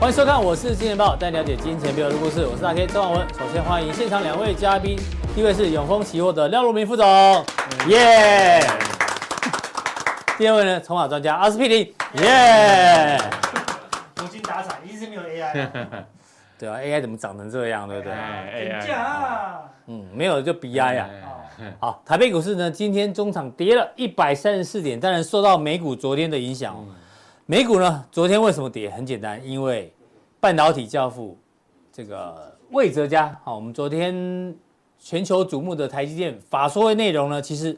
欢迎收看，我是金钱豹，带你了解金钱背后的故事。我是大 K 周望文。首先欢迎现场两位嘉宾，第一位是永丰期货的廖如明副总，耶！第二位呢，筹码专家阿司匹林，耶！无精打采，一定是没有 AI 啊。对啊，AI 怎么长成这样，对不对？哎真假哎啊？嗯，没有就 BI 啊。哦好，台北股市呢，今天中场跌了一百三十四点，当然受到美股昨天的影响、哦。美股呢，昨天为什么跌？很简单，因为半导体教父这个魏哲家，好，我们昨天全球瞩目的台积电法说会内容呢，其实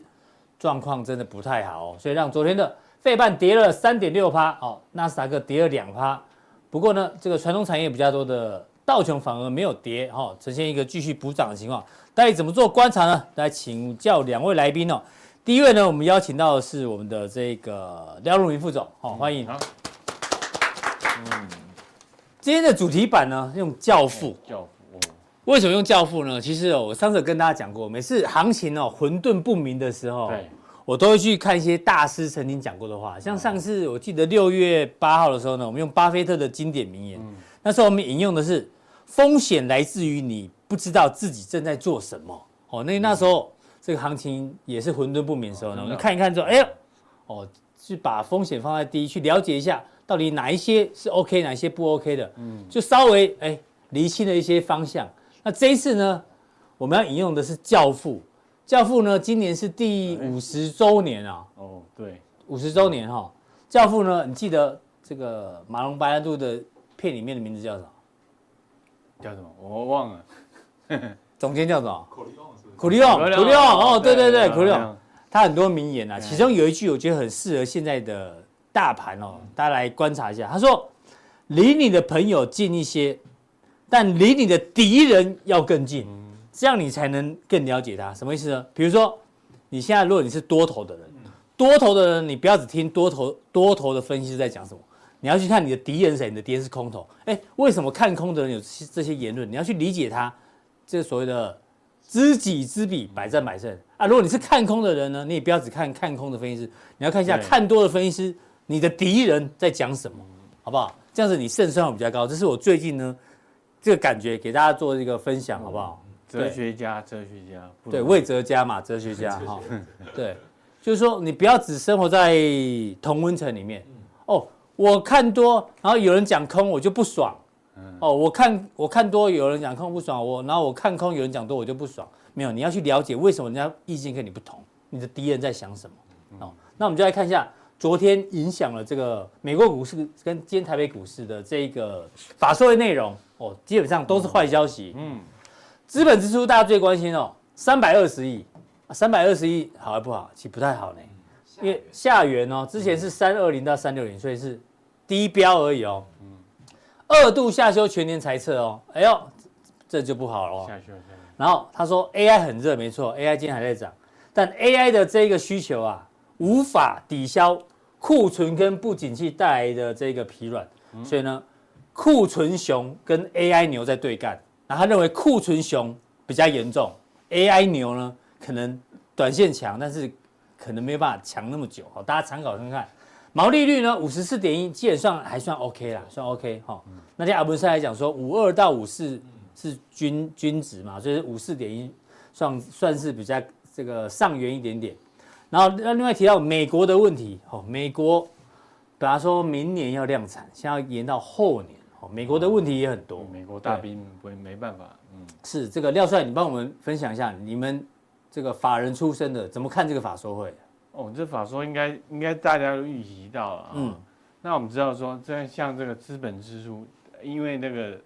状况真的不太好、哦，所以让昨天的费半跌了三点六趴，哦，纳斯达克跌了两趴。不过呢，这个传统产业比较多的道琼反而没有跌，哈、呈现一个继续补涨的情况。到底怎么做观察呢？来请教两位来宾哦。第一位呢，我们邀请到的是我们的这个廖如明副总，好、欢迎。好今天的主题版呢，用教父。教父哦哎为什么用教父呢？其实哦，我上次有跟大家讲过，每次行情哦混沌不明的时候，对，我都会去看一些大师曾经讲过的话，像上次我记得六月八号的时候呢，我们用巴菲特的经典名言，那时候我们引用的是“风险来自于你不知道自己正在做什么”。哦，那那时候这个行情也是混沌不明的时候呢，我们看一看之后，哎呦，哦，去把风险放在第一，去了解一下到底哪一些是 OK，哪一些不 OK 的，嗯，就稍微哎厘清了一些方向。那这一次呢，我们要引用的是《教父》，《教父》呢今年是第五十周年啊，哦对，五十周年哈、《教父》呢，你记得这个马龙白兰度的片里面的名字叫什么？叫什么？我忘了。总监叫什么？苦力旺，苦力旺，苦力旺，哦，对对对，苦力旺。，他很多名言啊，其中有一句我觉得很适合现在的大盘哦，大家来观察一下。他说：“离你的朋友近一些，但离你的敌人要更近，这样你才能更了解他。”什么意思呢？比如说，你现在如果你是多头的人，多头的人你不要只听多头多头的分析师在讲什么。你要去看你的敌人是谁，你的敌人是空头。哎，为什么看空的人有这些言论？你要去理解他，这所谓的知己知彼，百战百胜啊！如果你是看空的人呢，你也不要只看看空的分析师，你要看一下对看多的分析师，你的敌人在讲什么，好不好？这样子你胜算会比较高。这是我最近呢这个感觉给大家做一个分享，好不好？哲学家，哲学家，不对，容易嗯魏哲家嘛，哲学家 哈，对，就是说你不要只生活在同温层里面。哦，我看多，然后有人讲空，我就不爽。嗯哦，我看我看多，有人讲空不爽，我然后我看空，有人讲多，我就不爽。没有，你要去了解为什么人家意见跟你不同，你的敌人在想什么。嗯哦，那我们就来看一下昨天影响了这个美国股市跟今天台北股市的这个法说会内容。哦，基本上都是坏消息。嗯，资本支出大家最关心哦，三百二十亿，啊三百二十亿好还不好？其实不太好呢，因为下元哦，之前是三二零到三六零，所以是低标而已哦。二度下修全年财测哦，哎呦，这这就不好了、哦。下去了，下去了然后他说 AI 很热，没错，AI 今天还在涨，但 AI 的这个需求啊，无法抵消库存跟不景气带来的这个疲软，所以呢，库存熊跟 AI 牛在对干，然后他认为库存熊比较严重，AI 牛呢可能短线强，但是可能没有办法强那么久，好，大家参考看看。毛利率呢，五十四点一，基本上还算 OK 啦，算 OK 哈、那天阿文赛来讲说，五二到五四是均均值嘛，所以五四点一算算是比较这个上缘一点点。然后那另外提到美国的问题，哦，美国本来说明年要量产，现在要延到后年，哦，美国的问题也很多。美国大兵不会没办法，嗯，是这个廖帅，你帮我们分享一下，你们这个法人出身的怎么看这个法说会？哦，这法说应该应该大家都预习到了，嗯嗯，那我们知道说，这样像这个资本支出，因为那个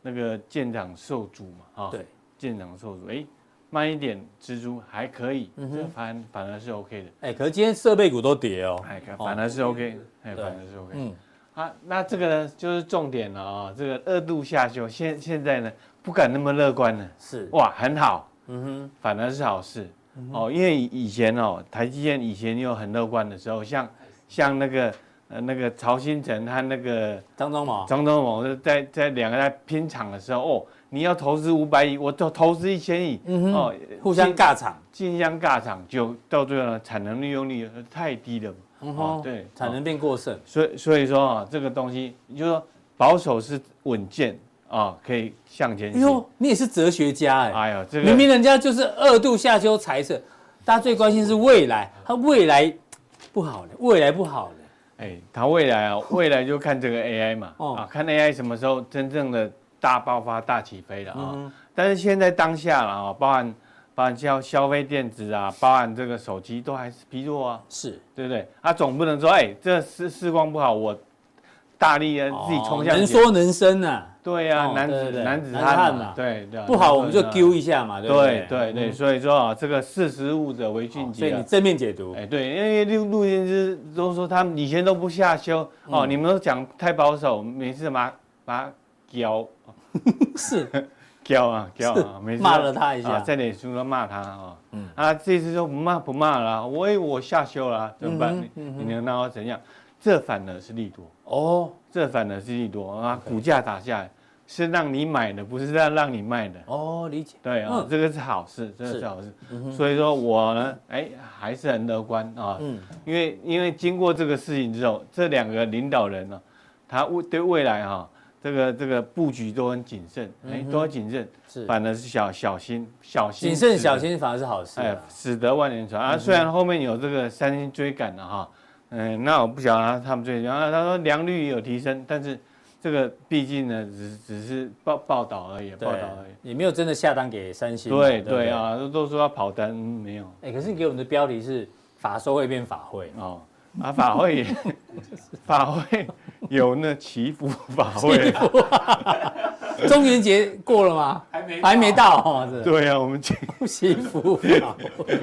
那个建厂受阻嘛，啊，对，建厂受阻，哎，慢一点支出还可以，嗯哼这反反而是 OK 的，哎，可是今天设备股都跌哦。哎，可哦反而是 OK，哎，对反而是 OK，嗯，啊，那这个呢就是重点了啊、这个二度下修，现现在呢不敢那么乐观了，是，哇，很好，嗯哼，嗯反而是好事。哦，因为以前哦，台积电以前有很乐观的时候，像像那个呃那个曹新成和那个张忠谋张忠谋在在两个在拼场的时候，哦，你要投资五百亿，我投投资一千亿，哦，嗯互相尬场，竞相尬场，就到最后呢，产能利用率太低了嘛，嗯哦哼，对，产能变过剩，所以所以说啊，这个东西，你就说保守是稳健啊，可以向前哎行。呦，你也是哲学家哎，哎呦，这明个明人家就是二度下修财政，大家最关心是未来，他未来不好了，未来不好了，哎，它未来啊，未来就看这个 AI 嘛，哦啊，看 AI 什么时候真正的大爆发、大起飞了啊。嗯但是现在当下了啊，包含包含消消费电子啊，包含这个手机都还是疲弱啊，是对不对？啊，总不能说哎，这市市况不好，我大力啊自己冲哦向能前。说能生呐，对呀哦，男对子对男子男子汉汉嘛嘛，对对啊。不好我们就对丢一下嘛，对不对嗯对？对对，嗯哦所以说啊，这个识时务者为俊所以杰你啊。正面解读，哎，对，因为陆陆先知都说他们以前都不下修嗯哦，你们都讲太保守，每次把把教 是教啊教 啊，每次骂了他一下啊在脸书都骂他啊嗯，啊，这次就不骂不骂了，我以为我下修了，啊怎么办？嗯你哼嗯你能拿我怎样？这反而是利多，哦这反而是利多啊，股价打下来是让你买的，不是让让你卖的。哦，理解，对啊、嗯这个是好事，这个是是好事。嗯哼所以说我呢，哎，还是很乐观啊，嗯，因为因为经过这个事情之后，这两个领导人呢、他未对未来哈、这个这个布局都很谨慎，嗯哎、都很谨慎，是反而是小小心小心谨慎使得小，心反而是好事哎啊，，使得万年船啊。虽然后面有这个三星追赶了哈、嗯，那我不晓得他们追，然后他说良率也有提升，但是这个毕竟呢，只只是报报道而已，对报道而已。，也没有真的下单给三星嘛，对不对。啊，都都说要跑单，嗯没有哎，可是你给我们的标题是法说会变法会，哦。啊，法会 也法会有那祈福法会，啊中元节过了吗？还没还没到哦，这对啊，我们祈不惜福法会。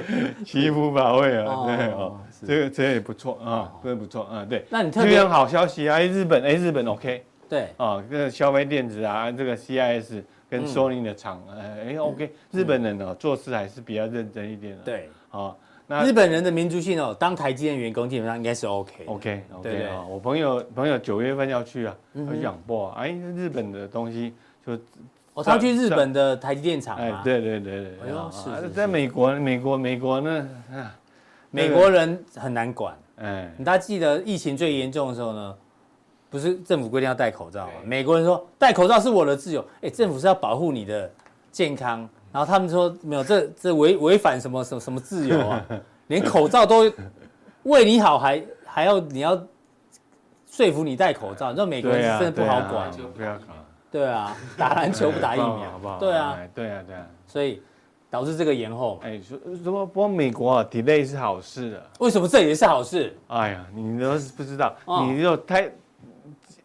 祈福法会哦啊，对哦，这个这个也不错啊，这个不错啊，对。那你特这别样好消息啊，日本哎，日本 OK 对啊，这个消费电子啊，这个 CIS 嗯跟 Sony 的厂，哎哎 OK，日本人哦做事还是比较认真一点的，对，啊，那日本人的民族性哦，当台积电员工基本上应该是 OK 的。 OK 对不 OK 对嗯啊，我朋友朋友九月份要去啊，要去养播啊，哎，日本的东西就哦，他去日本的台积电厂啊哎嘛，，对对对对，哎呦啊是啊是在是美国美国美国呢，啊美国人很难管。哎大家记得疫情最严重的时候呢，不是政府规定要戴口罩吗？美国人说戴口罩是我的自由，哎，政府是要保护你的健康，然后他们说没有，这这违违反什么什么什么自由 啊？连口罩都为你好还，还要你要说服你戴口罩，你知道美国人对是啊，真的不对好啊哎管，不要管，对啊，打篮球不打疫苗，好不好？对啊，哎，对啊对啊，所以导致这个延后嘛。哎，说什么？不过美国啊，delay 是好事的，为什么这也是好事？哎呀，你都是不知道哦，你就太。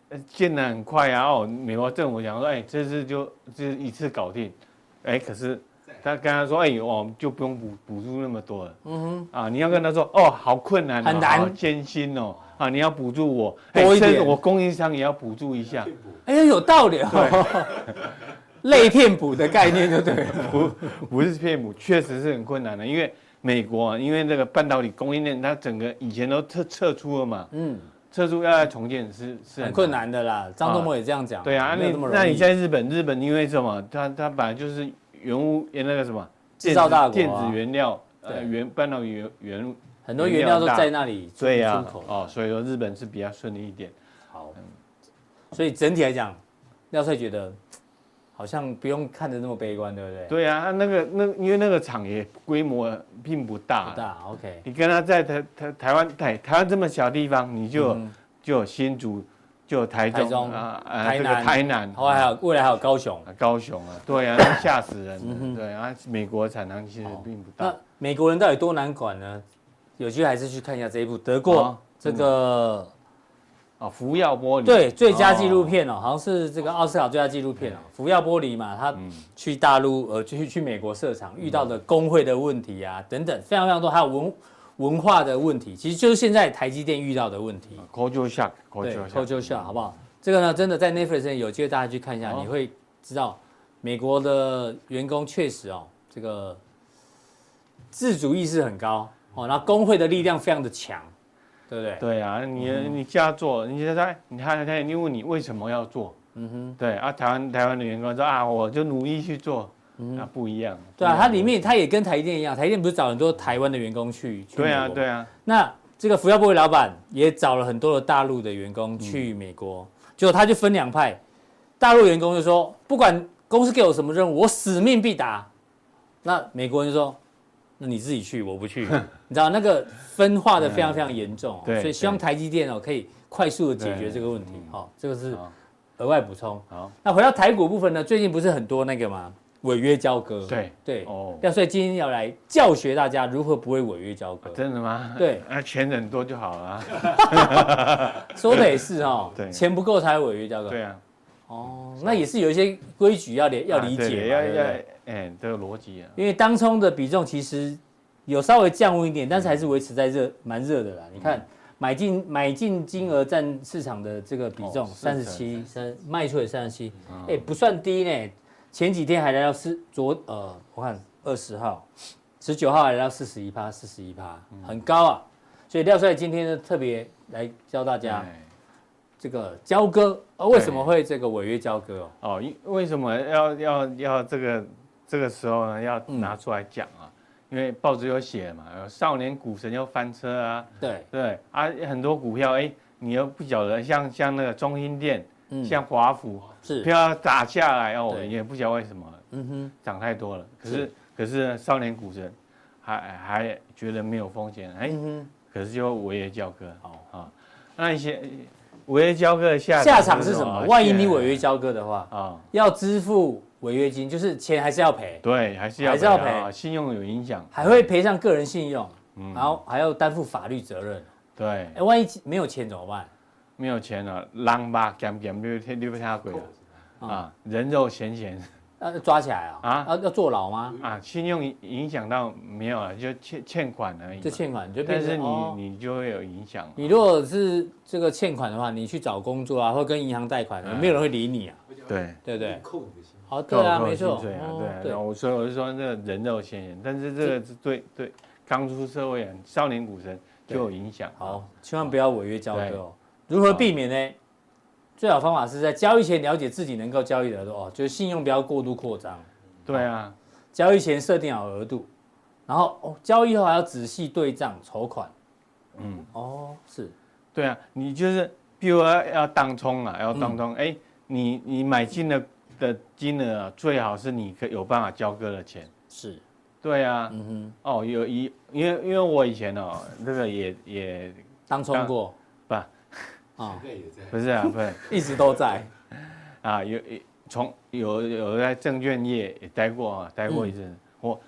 呃建得很快啊！哦，美国政府讲说，哎，这次就这一次搞定，哎，可是他跟他说，哎，我们就不用补补助那么多了。嗯哼，啊，你要跟他说，哦，好困难哦，很难好艰辛哦，啊，你要补助我，哎多一甚至点我供应商也要补助一 下，哎呀，有道理哦， 类骗补的概念就对了。不不是骗补，确实是很困难的，因为美国、啊、因为这个半导体供应链，它整个以前都撤撤出了嘛，嗯，撤出要来重建是是很困。难的啦。张忠谋也这样讲。对啊，没有那么容易那你在日本，日本因为什么？它它本来就是原物那个什么制造大国啊电子电子原料，呃，对原半导体原原物，很多原料都在那里出对呀、出口。哦，所以说日本是比较顺利一点。好，所以整体来讲，廖帅觉得好像不用看得那么悲观，对不对？对啊，那个那因为那个厂也规模并不大，不大 OK。你跟他在台台台湾台台湾这么小地方，你就有、嗯就有新竹，就有台中台中啊台这南个台南，后来还有未来还有高雄。啊高雄啊，对啊，那吓死人了，对啊，美国产能其实并不大嗯哦那，美国人到底多难管呢？有机会还是去看一下这一部德国哦嗯这个啊，福耀玻璃对，最佳纪录片哦，嗯好像是这个奥斯卡最佳纪录片哦，《福耀玻璃》嘛，他去大陆呃，去去美国设厂遇到的工会的问题啊，等等，非常非常多，还有文文化的问题，其实就是现在台积电遇到的问题。 ，Culture Shock，Culture 对 Shock， ，Culture Shock，好不好？这个呢，真的在 Netflix 上有机会大家去看一下，好你会知道美国的员工确实哦，这个自主意识很高哦，然后工会的力量非常的强，对不对？对啊，你嗯你这样做，你现在你看他一定问你为什么要做，嗯哼，对啊，台湾台湾的员工说啊，我就努力去做，啊不一样，嗯对啊，不一样它里面它也跟台积电一样，台积电不是找很多台湾的员工去？去对啊美国对啊，那这个福耀博伟老板也找了很多的大陆的员工去美国，嗯结果他就分两派，大陆员工就说不管公司给我什么任务，我使命必达。那美国人就说，那你自己去，我不 去。你知道那个分化的非常非常严重、哦，对所以希望台积电哦可以快速的解决对嗯这个问题。好、这个是好额外补充。好，那回到台股部分呢，最近不是很多那个嘛违约交割？对对哦，要所以今天要来教学大家如何不会违约交割。真的吗？对 啊，钱很多就好了啊，说的也是哦，对钱不够才违约交割。对啊，哦，那也是有一些规矩要理要理解啊嘛，对对要不要对，哎，这个逻辑啊，因为当冲的比重其实有稍微降温一点，但是还是维持在热蛮热的啦。你看买进买进金额占市场的这个比重哦嗯是三的十七，三卖出也三十七，哎，不算低呢。前几天还来到四昨呃，我看二十号、十九号还来到四十一趴，四十一趴，很高啊。所以廖帅今天呢特别来教大家。哎这个交割，呃，为什么会这个违约交割哦？哦，因为什么要要要这个这个时候呢？要嗯拿出来讲啊，因为报纸有写嘛，有少年股神要翻车啊，对，对啊，很多股票哎，你又不晓得，像像那个中兴电，嗯，像华府，是，票打下来哦，对也不晓得为什么嗯哼，涨太多了。可是是可是呢少年股神还还觉得没有风险，哎，嗯哼，可是就违约交割哦啊，那一些违约交割的下下场是什么？万一你违约啊交割的话，哦要支付违约金，就是钱还是要赔，对，还是要还是要啊赔信用有影响，还会赔上个人信用，嗯然后还要担负法律责任。对，哎，万一没有钱怎么办？没有钱了，狼吧，咸咸溜天溜太鬼了啊，人肉咸咸要抓起来啊？啊要要坐牢吗？啊，信用影影响到没有啊了，就欠欠款而已嘛，就欠款，你就变但成是你、哦你就会有影响了，你如果是这个欠款的话，你去找工作啊，或跟银行贷款，嗯没有人会理你啊，对。对不对？扣你的薪好，对扣啊，扣没错，嗯薪水啊哦对啊，对啊，我所以我就说这个人肉咸咸，但是这个是对对刚出社会人少年股神就有影响。好，千万不要违约交割哦。如何避免呢？最好方法是在交易前了解自己能够交易的额度哦，就是信用不要过度扩张。对啊，交易前设定好额度，然后哦，交易后还要仔细对账筹款。嗯，哦，是，对啊，你就是比如说要当冲啊，要当嗯冲，哎、你你买进的的金额啊、最好是你可有办法交割的钱。是，对啊，嗯哼，哦，有一，因为因为我以前哦，那个也也当冲过不啊，水也在不 是啊，不是一直都 在。啊，有从有有在证券业也待过啊，待过一嗯阵。我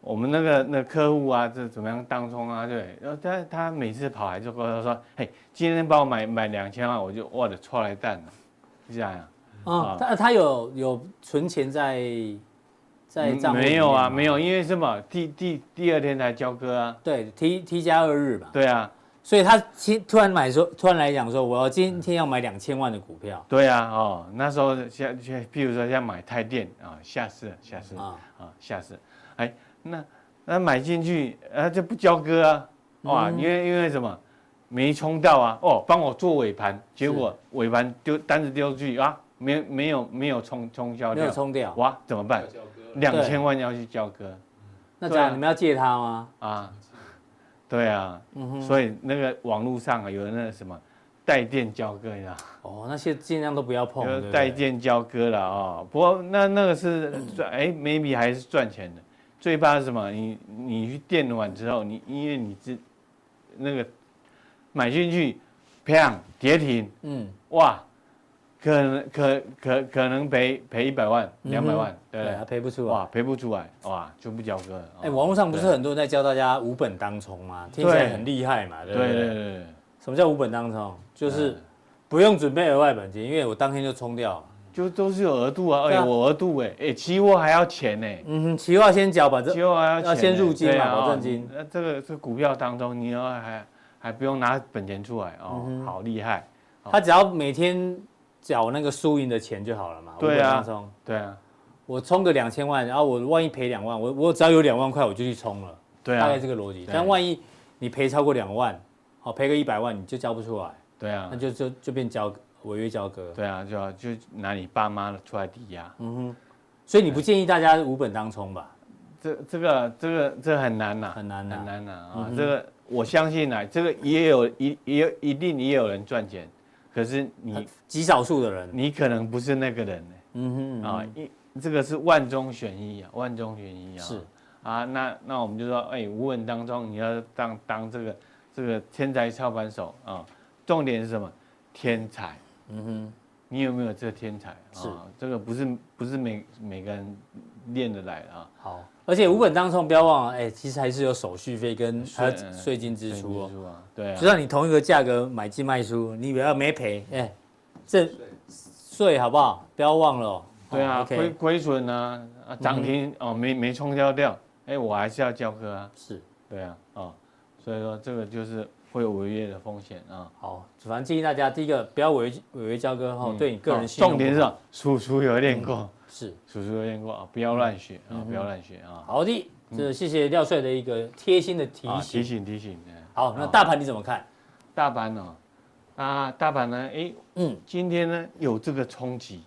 我们那个那客户啊，这怎么样当冲啊？对，然后他他每次跑来就跟我说，嘿，今天帮我买买两千万，我就我的错来蛋了，是这样啊。啊啊，他他有有存钱在在嗯账户里没有啊，面吗没有，。因为什么？第第第二天才交割啊。对，T T 加二日嘛，对啊，所以他其突然买说，突然来讲说，我要今天要买两千万的股票对啊，哦，那时候像像，譬如说像买泰电啊，下市了下市了啊，啊，下市，哎，那那买进去，啊就不交割啊，哇，嗯因为因为什么，没冲到啊，哦，帮我做尾盘，结果尾盘丢单子丢出去啊，没没有没有冲冲销没有掉，冲掉。哇，怎么办？交割两千万要去交割那这对啊样你们要借他吗？啊，对啊，嗯哼。所以那个网络上啊，有那个什么带电交割，你知道吗。哦，那些尽量都不要碰。哦对就不代对建交割了啊、不过那那个是赚，哎、m a y b e 还是赚钱的。最怕是什么？你你去电完之后，你因为你这那个买进去，啪跌停，嗯，哇，可能可可可能赔赔一百万、两百万，对嗯不对，对还赔不出啊。哇，赔不出来，哇，就不交割了。哦哎，网络上不是很多人在教大家五本当冲吗？听起来对很厉害嘛，对对不对对对？对，什么叫五本当冲？就是嗯不用准备额外本金，因为我当天就冲掉了。就都是有额度啊，哎、对啊我额度哎、哎，期货还要钱哎呢、嗯哼，期货先缴，把这就要呃要先入金嘛对啊保证金那这个这股票当中，你要还还不用拿本钱出来嗯哦哼，好厉害。他只要每天缴那个输赢的钱就好了嘛。五对本啊当冲，对啊，啊我冲个两千万，然后我万一赔两万，我我只要有两万块我就去冲了。对大啊概，这个逻辑。对但万一你赔超过两万，好赔个一百万你就交不出来，对啊那，就就就变交违约交割。对啊，就要就拿你爸妈出来抵押，嗯所以你不建议大家无本当冲吧？这这个这个这很难呐，很难很啊。难拿啊！这个我相信啊，这个也有一也有一定也有人赚钱，可是你极少数的人，你可能不是那个人呢嗯哼，啊！一这个是万中选一啊，万中选一啊！是啊，那那我们就说，哎，无文当中你要当当这个这个天才操盘手啊，重点是什么？天才，嗯哼，你有没有这个天才是啊？这个不是不是每每个人练得来的啊，好。而且无本当冲，不要忘了，哎，其实还是有手续费跟还税有税金支出哦。出啊，对啊就，算你同一个价格买进卖出，你不要没赔，哎、这税好不好？不要忘了哦、对啊， o 亏 k 亏损啊，啊涨嗯停哦，没没冲销掉，哎，我还是要交割啊，是对啊，哦，所以说这个就是会有违约的风险啊。好，反正建议大家第一个不要违违约交割后、嗯对你个人哦信用重点不是啊叔叔有练过，是叔叔有练过啊，不要乱学嗯啊，不要乱学啊。好的，这谢谢廖帅的一个贴心的提啊醒。提醒提醒，哎好，那哦大盘你怎么看？大盘哦，啊，大盘呢，哎，嗯，今天呢有这个冲击，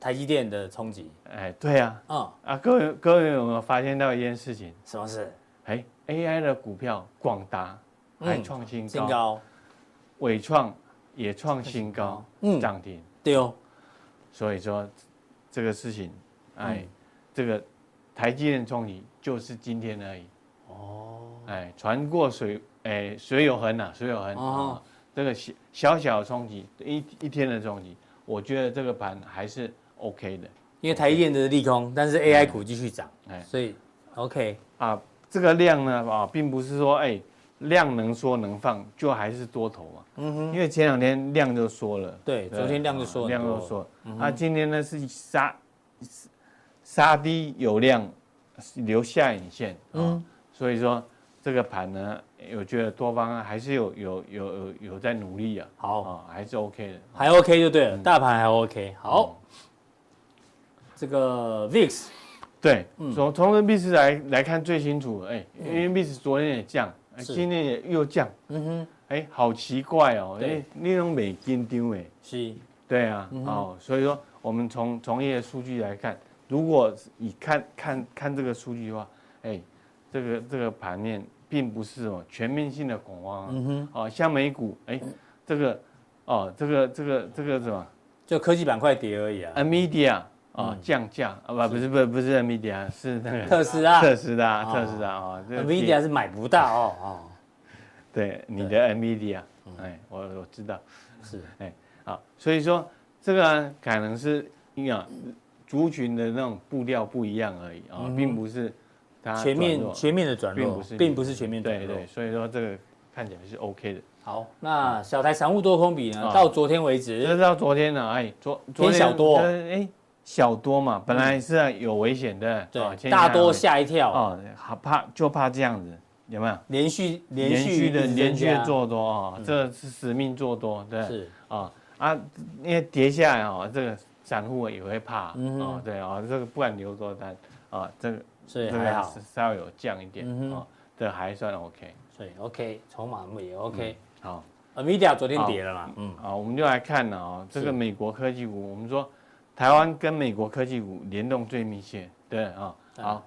台积电的冲击，哎，对啊，嗯，啊，各位各位有没有发现到一件事情？什么事？哎，AI 的股票广达还嗯创新新高，高，伟创也创新高，嗯涨停。对哦，所以说这个事情，哎，这个台积电冲击就是今天而已。哦，哎，船过水，哎，水有痕呐、水有痕啊、哦这个小小小的冲击，一一天的冲击，我觉得这个盘还是 OK 的因为台积电的利空，但是 AI 股继续涨，嗯哎所以 OK，啊。这个量呢啊，并不是说哎量能缩能放，就还是多头嘛。嗯哼，因为前两天量就缩了。对，昨天量就说啊很量多嗯就说，啊，今天呢是杀杀低有量，留下影线，嗯，所以说这个盘呢，我觉得多方啊还是有有有有有在努力啊，好啊，还是 OK 的，还 OK 就嗯对了，大盘还 OK。好，这个 VIX 对，嗯从从这 BIS 来来看最清楚，哎，因为 BIS 昨天也降，哎是今天也又降，嗯哼，哎，好奇怪哦，对嗯哎，那种美金丢哎，是对啊，哦，所以说我们从从业数据来看，如果以看看看这个数据的话，哎，这个这个盘面并不是哦全面性的恐慌啊，嗯哦，像美股，哎，这个哦，这个这个这个什么就科技板块跌而已哎啊。 ，NVIDIA 啊降价啊，不不是不是不是 NVIDIA 是那个嗯特斯拉特斯拉哦特斯拉啊这个，NVIDIA 是买不到哦，哦，对你的 NVIDIA，哎，我我知道。嗯是啊，所以说这个啊可能是你啊族群的那种步调不一样而已啊，并不是它全转弱嗯面全面的转并弱不是，并不是全面转对弱对，。所以说这个看起来是 OK 的。好，那小台散户多空比呢？啊到昨天为这止，到昨天呢，哎，昨昨天小多呃哎小多嘛，本来是啊有危险的，啊对，前大多下吓一跳，哦，好怕就怕这样子，有没有？连续连连续续的一直连增续加嗯的做多啊，这是使命做多，对是啊啊，因为跌下来哦，这个散户也会怕嗯哦哼，对啊，这个不敢留多单啊，这个所以这个还好啊是，稍微有降一点嗯哼啊，这还算 OK。所以 OK，筹码也 OK。好， NVIDIA 昨天跌了嘛？嗯，啊，我们就来看了啊，这是个美国科技股，我们说台湾跟美国科技股联动最密切，对啊，好，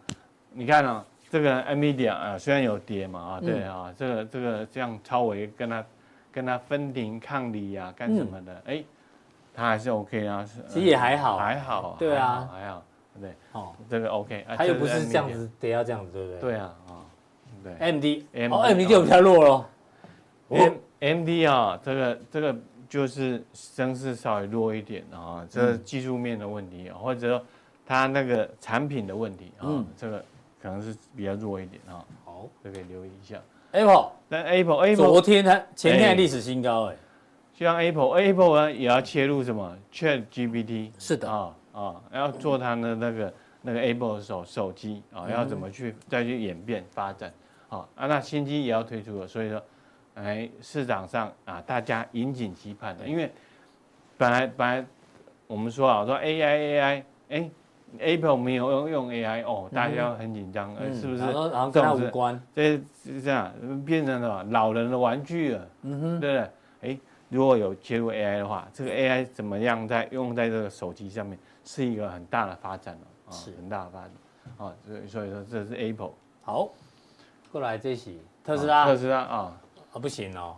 你看啊，这个 NVIDIA 啊，虽然有跌嘛啊，对嗯啊，这个这个这样超微跟它跟它分庭抗礼啊，干什么的，哎，它还是 OK 啊，是嗯其实也还好还好，对啊还好，还好，对，哦，这个 OK，啊它又这不是这样 NVIDIA 子跌到这样子，对不对？对啊，啊，对。 M D AMD 哦 M D 就比较弱咯。 M M D 啊，这个这个就是声势稍微弱一点啊，这个技术面的问题啊，或者说它那个产品的问题啊，嗯这个可能是比较弱一点啊，好这可以留意一下。 ，Apple 那 Apple Apple 昨天它前天哎还历史新高哎，像 Apple Apple 呢，也要切入什么 Chat GPT 是，啊啊，要做它的那个那个 Apple 的手手机嗯啊，要怎么去再去演变发展啊啊，那新机也要推出了，所以说，哎，市场上啊，大家引颈期盼的，因为本来本来我们说啊，我说 AI AI，哎， Apple 没有用用 AI 哦，大家很紧张，哎，是不是嗯然？后然后跟他无关，这是这样变成了老人的玩具了，嗯哼，对不对？哎，如果有切入 AI 的话，这个 AI 怎么样在用在这个手机上面，是一个很大的发展哦，啊是很大的发展啊，所以所以说这是 Apple 好，过来这期特斯拉啊特斯拉啊，啊不行哦，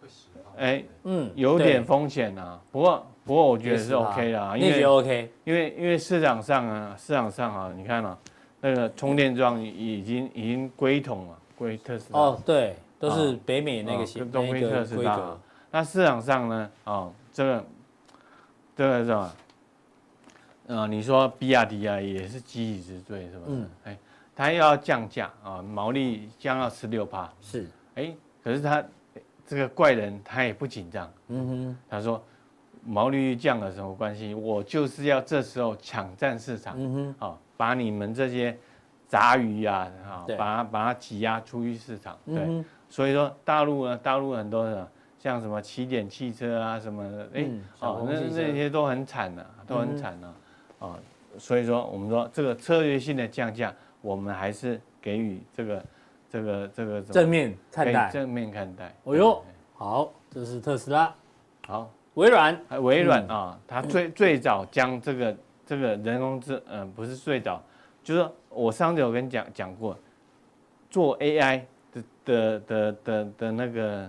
会喜欢。哎，嗯，有对点风险啊，不过不过我觉得是 OK 的啊，你因觉为得 OK？因为因为市场上啊，市场上啊，你看啊，那个充电桩已经已经归统了，归特斯拉。哦，对，都是啊北美那个啊型跟东那非个特斯规拉格啊，那市场上呢，哦，这个这个是什么？呃，你说比亚迪啊，也是积极之最是吧？嗯嗯，哎，它又要降价啊，毛利降到十六趴，是，哎，可是它这个怪人他也不紧张，嗯哼，他说毛利率降了什么关系？我就是要这时候抢占市场。嗯哼，啊、把你们这些杂鱼啊，啊、对把它把它挤压出去市场。对，嗯哼，所以说大陆呢，大陆很多人像什么起点汽车啊什么的，哎、嗯小哦鹏，那汽车嗯那些都很惨的、都很惨的、啊，哦所以说我们说这个策略性的降价，我们还是给予这个这个这个怎么正面看给待。正面看待。哦哟对，好，这是特斯拉，好，微软，还微嗯软啊，它最最早将这个这个人工智，嗯、不是最早，就是说我上次有跟你讲讲过，做 AI 的的的的的那个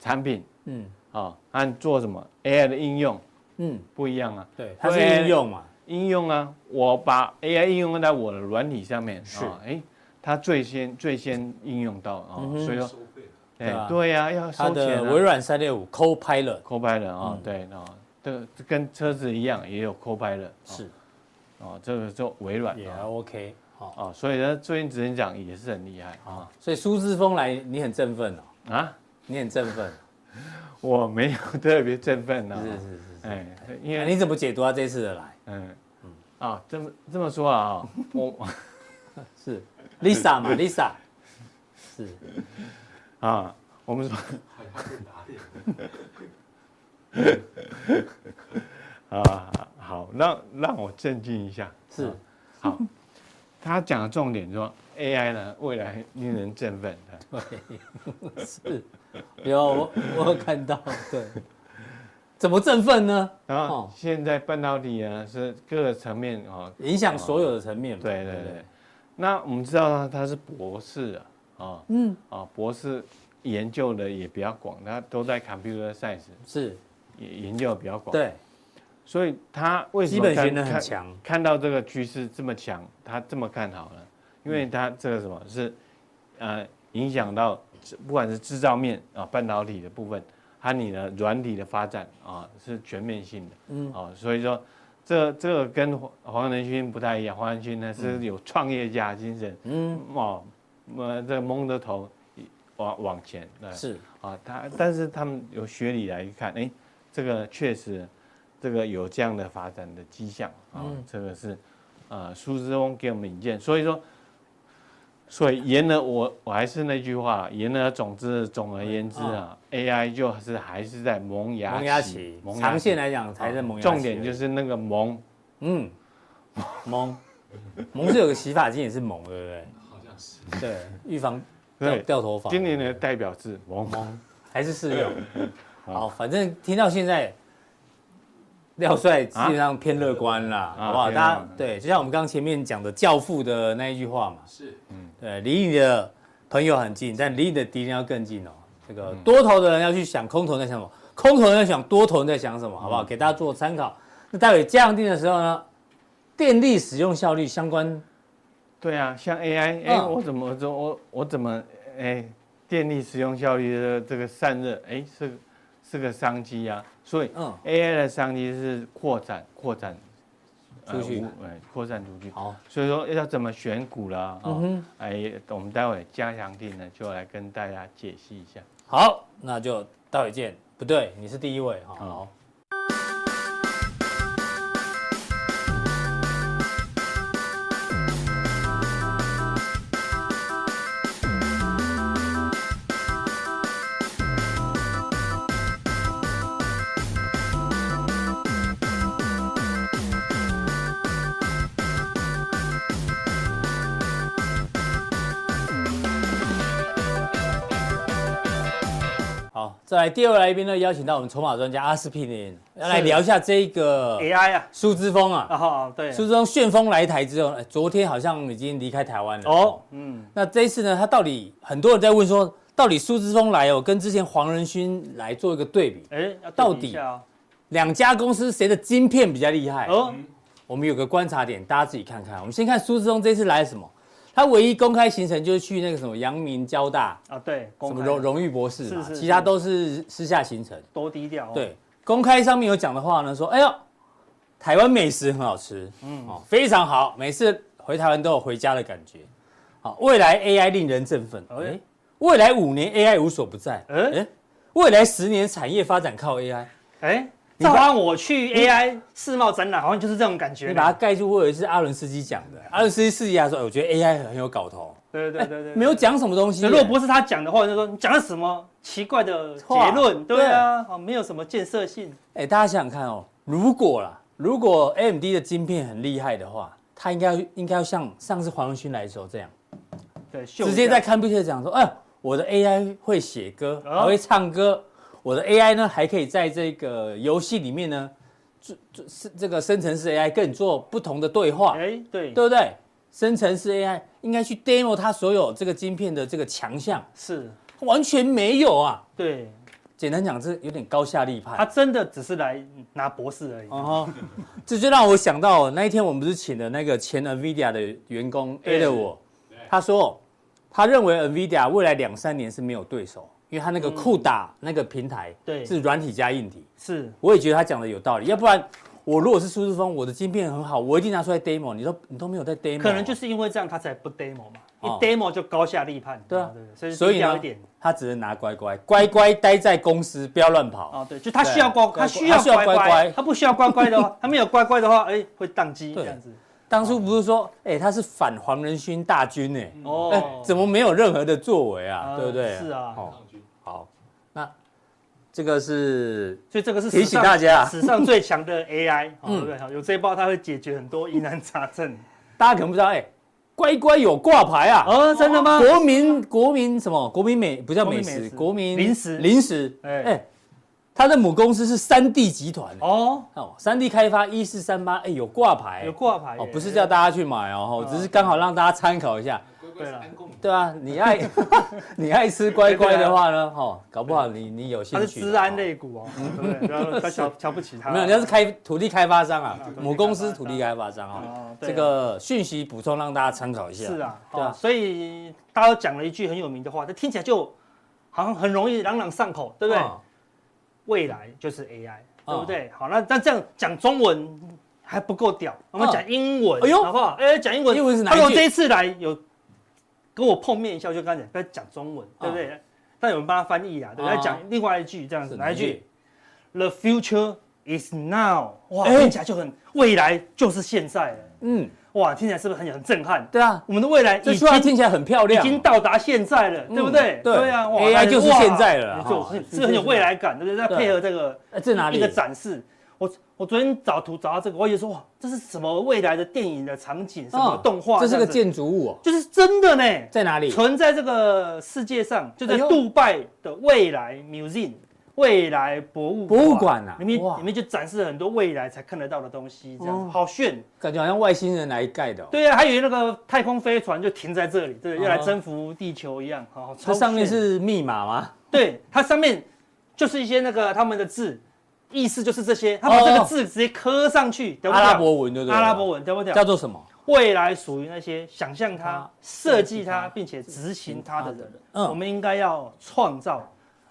产品嗯啊，按做什么 AI 的应用嗯，不一样啊，对，它是应用嘛，应用啊，我把 AI 应用在我的软体上面，是啊，哎，它最先最先应用到啊，嗯哼所以说，收费了，对啊哎，对呀、要它收钱的啊微。软三六五 Copilot Copilot 啊、嗯对啊，这个跟车子一样也有 Copilot，、哦、是哦，这个就微软也还啊、 OK，好，哦，所以呢，最近执行长也是很厉害啊所以苏志峰来，你很振奋哦，啊，你很振奋，哦 我没有 特别振奋啊，是是是是，哎，因哎为你怎么解读他这次的来？嗯啊，这么这么说啊，我 是 Lisa 嘛，Lisa，是啊，我们说还要被打脸。 啊，好，让让我镇静一下，是啊， 好，他讲的重点说 AI 呢，未来令人振奋的。对， 是，有我我有看到，对，怎么振奋呢？然后哦现在半导体呢是各个层面哦，影响所有的层面嘛，对不对对。那我们知道他他是博士啊，哦，嗯，啊，博士研究的也比较广，他都在 computer science 是，也研究的比较广，，对，所以他为什基么本看学能很看强，看到这个趋势这么强，他这么看好了，因为他这个什么是，呃，影响到不管是制造面啊、半导体的部分，和你的软体的发展啊，是全面性的，嗯嗯，啊，所以说这这个跟黄黄仁勋不太一样，黄仁勋呢是有创业家精神，嗯，哦，呃，这个蒙着头往往前，对是，啊，他但是他们由学理来看，哎，这个确实，这个有这样的发展的迹象啊，嗯这个是，呃，苏志翁给我们引荐，所以说，所以言而我我还是那句话，言而总之，总而言之啊、a i 就是还是在萌嗯芽萌芽期，萌芽长期线来讲才是萌芽期而已。重点就是那个萌，嗯， 萌，萌是有个洗发精也是萌，对好像是。不对？对，预防掉对，掉头发。今年的代表字萌萌还是适 用。好，反正听到现在，廖帅基本上偏乐观啦，好不好？啊偏乐大观家对，就像我们刚前面讲的《教父》的那一句话嘛，是，对，离你的朋友很近，但离你的敌人要更近哦。这个嗯多头的人要去想空头在想什么，空头人要想多头人在想什么，嗯好不好？给大家做参考。那待会降定的时候呢，电力使用效率相关对啊，像 AI，哎、嗯我怎么我我我怎么哎、电力使用效率的这个散热，哎、是是个商机啊。所以嗯 AI 的商机是扩展扩展出去无哎扩散出去。好，所以说要怎么选股啦、嗯哦哼哎、我们待会加强定呢就来跟大家解析一下。好，那就待会见。不对，你是第一位，好。好好，再来第二位来宾呢，邀请到我们筹码专家阿司匹林，要来聊一下这个 AI 啊，苏之峰啊，然后对，苏之峰旋风来台之后，哎昨天好像已经离开台湾了。哦，嗯，那这一次呢，他到底很多人在问说，到底苏之峰来哦，跟之前黄仁勋来做一个对比，哎，要对比到底一下哦两家公司谁的晶片比较厉害？哦，我们有个观察点，大家自己看看。我们先看苏志忠这次来什么？他唯一公开行程就是去那个什么阳明交大啊，对，什公么开荣荣誉博士嘛，是是是其他都是私下行程。多低调，，啊对，公开上面有讲的话呢，说哎呦，台湾美食很好吃，嗯，哦，非常好，每次回台湾都有回家的感觉。好，未来 AI 令人振奋，哎哎，未来五年 AI 无所不在，哎哎，未来十年产业发展靠 AI，哎，你照把搬我去 AI 世贸展览，好像就是这种感觉呢，你把它盖住，我以为是阿伦斯基讲的。阿伦斯基私底下说哎：“我觉得 AI 很有搞头，对对对对，没有。讲什么东西。”如果不是他讲的话，就说你讲了什么奇怪的结论？话对啊，好，没有什么建设性。哎，大家想想看哦，如果啦，如果 AMD 的晶片很厉害的话，它应该应该要像上次黄仁勋来的时候这样，对，秀一直接下在 computer 讲说：“哎，我的 AI 会写歌，哦还会唱歌，我的 AI 呢还可以在这个游戏里面呢，做做是这个生成式 AI 跟你做不同的对话。”哎，对，对不对？生成式 AI 应该去 demo 它所有这个晶片的这个强项，是，完全没有啊。对，简单讲，这有点高下立他判。真的只是来拿博士而已。哦吼，这就让我想到那一天我们不是请了那个前 NVIDIA 的员工 A 对了我，他说他认为 NVIDIA 未来两三年是没有对手，因为他那个酷打那个平台嗯对是软体加硬体。是，我也觉得他讲的有道理，要不然我如果是苏志峰，我的晶片很好，我一定拿出来 demo，你都你都没有在 demo，可能就是因为这样，他才不 demo 嘛，一哦 demo 就高下立判。对啊对不对，所以所所以以呢低调一点。他只能拿乖乖，乖乖待在公司，不要乱跑。哦，对，就他需要乖，对他需要他需要乖乖乖乖，他不需要乖乖的话，他没有乖乖的话，哎，会宕机对这样子。当初不是说，哎、他是反黄仁勋大军呢、哦哎、怎么没有任何的作为啊？啊对不对？是啊哦，抗军好，那这个是所以这个是提史醒上大家啊史上最强的 AI，哦对不对？有这一包，它会解决很多疑难杂症。大家可能不知道，哎、乖乖有挂牌啊。哦，真的吗？国民国民什么？国民美不叫美食，国国民民美食零食零食。哎、哎他的母公司是三 D 集团哦哦，三 D 开发一四三八，哎，有挂牌、有挂牌耶哦，不是叫大家去买哦，只是刚好让大家参考一下。乖乖是安共对啊，你 爱你爱吃乖乖的话呢，哦，搞不好你你有兴它是趣。治安类股哦，对不对？不要不要瞧不起它。哦，没有，人家是开土地开发商啊啊，母公司土地开发商啊哦。对啊这个讯息补充让大家参考一下。是，啊，对对啊啊，所以大家都讲了一句很有名的话，这听起来就好像很容易朗朗上口，对不对？未来就是 AI，对哦不对？好，那那这样讲中文还不够屌，我们哦讲英文，哎呦好不好？哎，讲英文，英文是哪一他如果句这一次来有跟我碰面一下，我就跟他讲，不要讲中文，对不对？但有人帮他翻译啊，对不哦对？他讲另外一句这样是子，哪哪一一句句？？The future is now，哇，哎听起来就很未来就是现在了，嗯，哇，听起来是不是很很震撼？对啊，我们的未来这已句话经听起来很漂已亮。经到达现在了，对不对嗯？对啊 AI 那就是哇现在了啦你就哈很是不是很有未来感，对不对？再对配合这个哎这哪里一个展示，我我昨天找图找到这个，我也说哇，这是什么未来的电影的场景，什么哦动画？这是个样子，建筑物哦，就是真的呢，在哪里？存在这个世界上，就哎在呦杜拜的未来 museum。未来博物博物馆啊里面哇里面就展示了很多未来才看得到的东西，这样哦子好炫。感觉好像外星人来盖的哦。对啊，还有那个太空飞船就停在这里，对，要来哦征服地球一样。好，这超哦上面炫是密码吗？对，它上面就是一些那个他们的字，意思就是这些，他把这哦个字直接刻上去，屌不阿拉屌伯文对不对？阿拉伯文，对不对？叫做什么？未来属于那些想象它它、设计它，并且执行它的人。嗯我们应该要创造，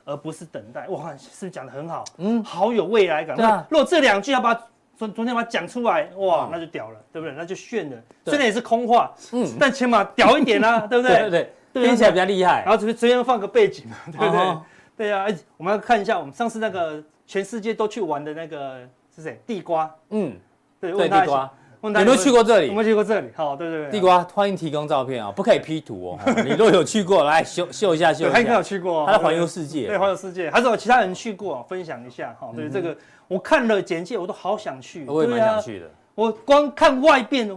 而不是等待。哇，是不是讲的很好？嗯，好有未来感。对啊如果这两句要把它昨昨天把它讲出来，嗯哇，那就屌了，对不对？那就炫了。对虽然也是空话，嗯嗯，但起码屌一点啦， 对不对？对对，对听起来比较厉害然。后这边随便放个背景嘛，啊对不对？哦对啊，而且我们要看一下我们上次那个全世界都去玩的那个是谁？地瓜，嗯，对，对，问他地一瓜下，，问有没有去过这有里没？有去过这里？好，对对对，地瓜，欢迎提供照片啊，不可以 P 图哦。哦你若有去过，来秀秀一下，秀对，一他应该下。有去过哦，他在环游世界，嗯对环游世界，还是有其他人去过，分享一下哈。对这个，我看了简介，我都好想去，我也蛮对啊想。去的。我光看外变，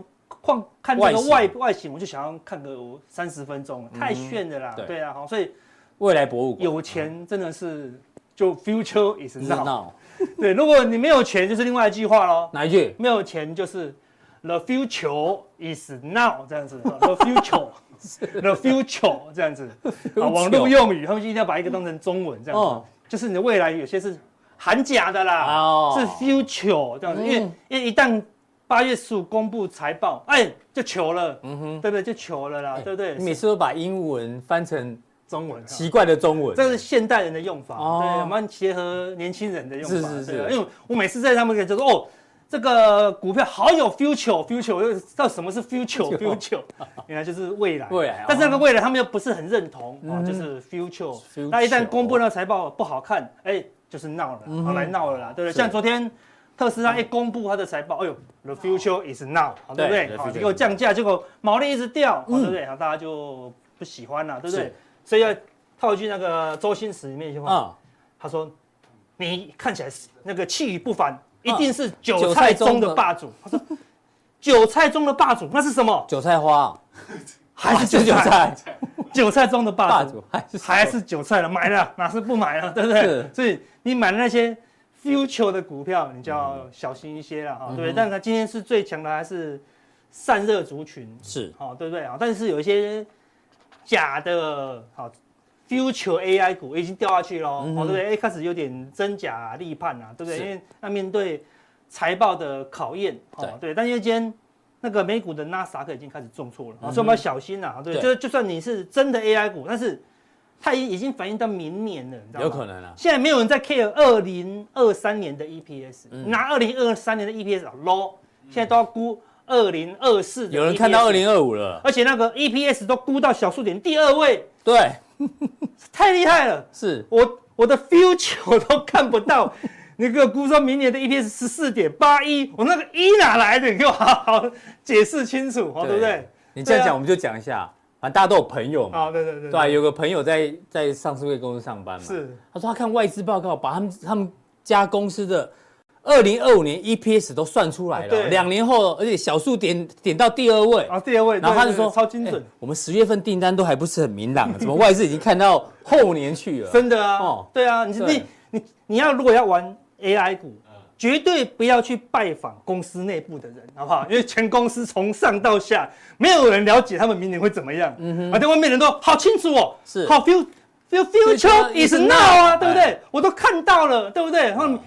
光看这外个形嗯外外形，我就想要看个三十分钟，太炫了啦对。嗯对啊，好，所以未来博物馆有钱真的是就 future is 你知 now。道对，如果你没有钱，就是另外一句话喽。哪一句？没有钱就是 the future is now 这样子 ，the future，the future 这样子。啊，网络用语，他们就一定要把一个当成中文这样子，哦就是你的未来有些是含假的啦，哦是 future 这样子，因为嗯因为一旦八月十五公布财报，哎，就糗了，对不对？就糗了啦，对不对？嗯哎你每次都把英文翻成中文啊，奇怪的中文，这是现代人的用法，哦对，我们结合年轻人的用法，是是对啊是因为我每次在他们跟就说哦。这个股票好有 future，future 到底什么 是 future？future 原来就是未来，未来哦但是那个未来他们又不是很认同啊，嗯就是 future。 future 那一旦公布那个财报不好看，哎，就是闹了，好来闹了啦，对不对？嗯是嗯像昨天特斯拉一公布它的财报，哎呦，the future is now，好对不对对？ the 好， future 结果 is now 降价，结果毛利一直掉，好嗯对不对？好，大家就不喜欢了，对不对是？所以要套一句那个周星驰里面一句话，啊，他说：“你看起来是那个气宇不凡，一定是韭韭菜菜中中的的霸主。”他说：“韭菜中的霸主，那是什么？韭菜花哦 还是是韭韭菜？菜韭菜中的霸霸主主，还是 还是韭菜了？买 了哪是不买啊了？对不是对？所以你买的那些 future 的股票，你就要嗯小心一些了哈，对不对？但它今天是最强的，还是散热族群，是好、对不对啊？但是有一些假的，好、future AI 股已经掉下去喽，嗯好、对不对？哎，开始有点真假立判啊，对不对？是因为那面对财报的考验，好、对对，但因为今天。那个美股的纳斯达克已经开始重挫了，嗯哼所以我们要小心啊！对，对就是就算你是真的 AI 股，但是它已已经反映到明年了，你知道吗？有可能啊，现在没有人在 care 二零二三年的 EPS，、嗯拿二零二三年的 EPS 啊 low，现在都要估二零二四。E 有人看到二，零二五了，而且那个 EPS 都估到小数点第二位，对，太厉害了！是我我的 future 都看不到， 你给我估说明年的 EPS 十四点八一，我那个一哪来的？你给我好好解释清楚，哦好对不对？你这样对啊讲，我们就讲一下，反正大家都有朋友嘛，好，对对对对啊吧？有个朋友在在上市会公司上班嘛，是他说他看外资报告，把他们他们家公司的二零二五年 EPS 都算出来啊了，对两年后，而且小数点点到第二位，啊，第二位，然后他对就对对说超精准哎。我们十月份订单都还不是很明 朗，啊怎么外资已经看到后年去了？真的啊，哦对啊，你对你你你要如果要玩 AI 股嗯，绝对不要去拜访公司内部的人，好不好？因为全公司从上到下没有人了解他们明年会怎么样，啊，对外面人都好清楚哦，是好 feel feel Future future is is now 啊，嗯 now，对不哎对？我都看到了，对不对？然后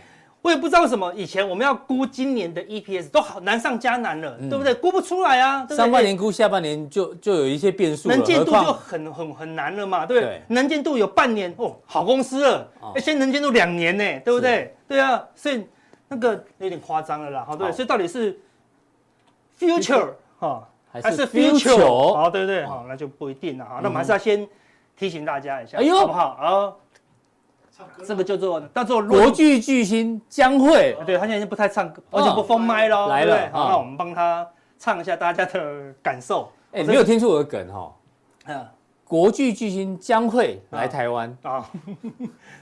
我也不知道为什么，以前我们要估今年的 EPS 都好难上加难了，对不对？估不出来啊，对不对上半年估，下半年就就有一些变数了，能见何度就况很很很难了嘛，对不对对？能见度有半年哦，好公司了哦，哎，现在能见度两年呢，对不对？对啊，所以那个有点夸张了啦，哦好对，好所以到底是 future 哦哈还是 future 哦哦嗯好对不对？好，那就不一定了哈，哦那我们还是要先提醒大家一下，哎呦好不好？啊，唱歌这个叫做叫做国论，剧巨星将会对他现在已经不太唱歌，哦而且不封麦喽，来了对不对好嗯那我们帮他唱一下大家的感受，哎、你没有听出我的梗哈？嗯国剧巨星将会来台湾，啊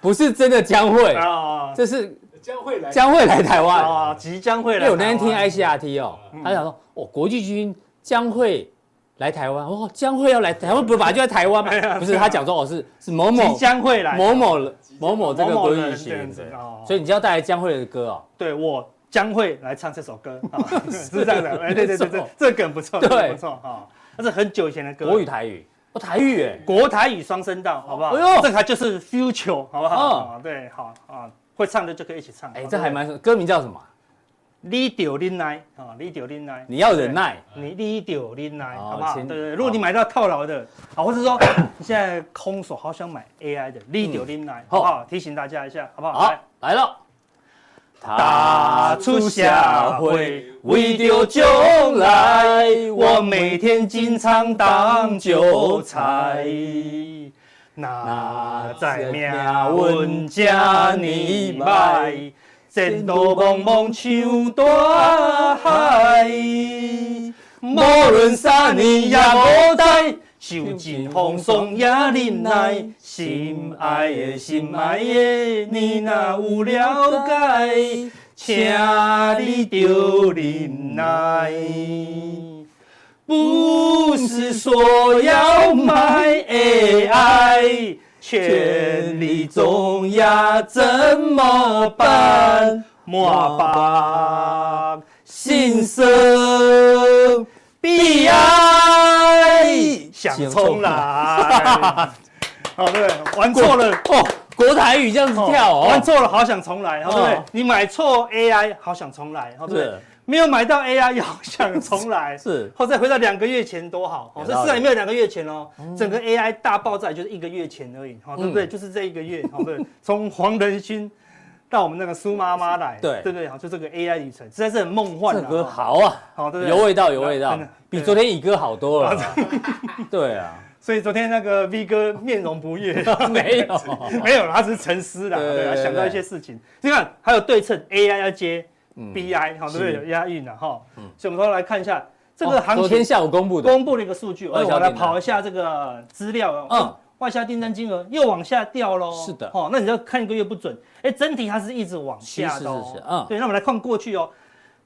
不是真的将会，啊这是将会来将会来台湾。啊，即将会因来台湾。为我那天听 ICRT 哦，嗯他想说，哦，国剧巨星将会来台湾，哦，将会要来台湾，不是本来就在台湾吗？不是，他讲说哦，是是某某哎即将会来某某人即将某某这个哦某某国剧人巨这样星，子对哦所以你就要带来将会的歌哦。对我将会来唱这首歌，啊 是这样的，哎，对对对没错对，这个梗不错，对这个不错哈，那是很久以前的歌，国语、台语，哦，台语哎，国台语双声道，好不好？哎呦这个就是 future，好不哦好？啊对，好啊，会唱的就可以一起唱。哎，这还蛮歌名叫什么啊？你丢恁来啊，你丢恁来，你要忍耐，你你丢恁来，哦好不好？请对对对，如果你买到套牢的，啊，或者说你现在空手好想买 AI 的，你丢恁来，好不好？提醒大家一下，好不好？嗯好来来了。打出社会，为着将来，我每天进仓当韭菜。哪知命运这呢歹，前途茫茫像大海。无论三年也无载，受尽风霜也忍耐。心爱的心爱的，你若有了解，请你着忍耐。不是说要买的爱，千里重呀怎么办？莫把心生悲哀，想重来。哦，对，玩错了。哦，国台语这样子跳哦，玩错了，好想重来，哦、对不对哦？你买错 AI，好想重来，哦，对不对是？没有买到 AI，也好想重 来，是或再回到两个月前多好，哦，有这道理市场也没有两个月前哦，嗯整个 AI 大爆炸也就是一个月前而已，哦，对不对？就是这一个月，哦，对， 从黄仁勋到我们那个苏妈妈来，对对不对？哦好，就这个 AI 旅程实在是很梦幻这的，歌哦好啊，好，对不对？有味道，有味道真的，比对啊昨天乙哥好多了。 对啊，所以昨天那个 V 哥面容 不悦，没有， 没有啦，他只是沉思啦，对对他对对想到一些事情。你看，还有对称 AI 要接嗯 BI，好，对不对？是嗯有押韵了啊哈。所以我们都来看一下这个哦行昨天情下午公布的，公布了一个数据，外而销我来订单跑一下这个资料哦。嗯嗯，外销订单金额又往下掉喽。是的哦，那你就看一个月不准，哎，整体它是一直往是下的是是是哦嗯。对，那我们来看过去哦。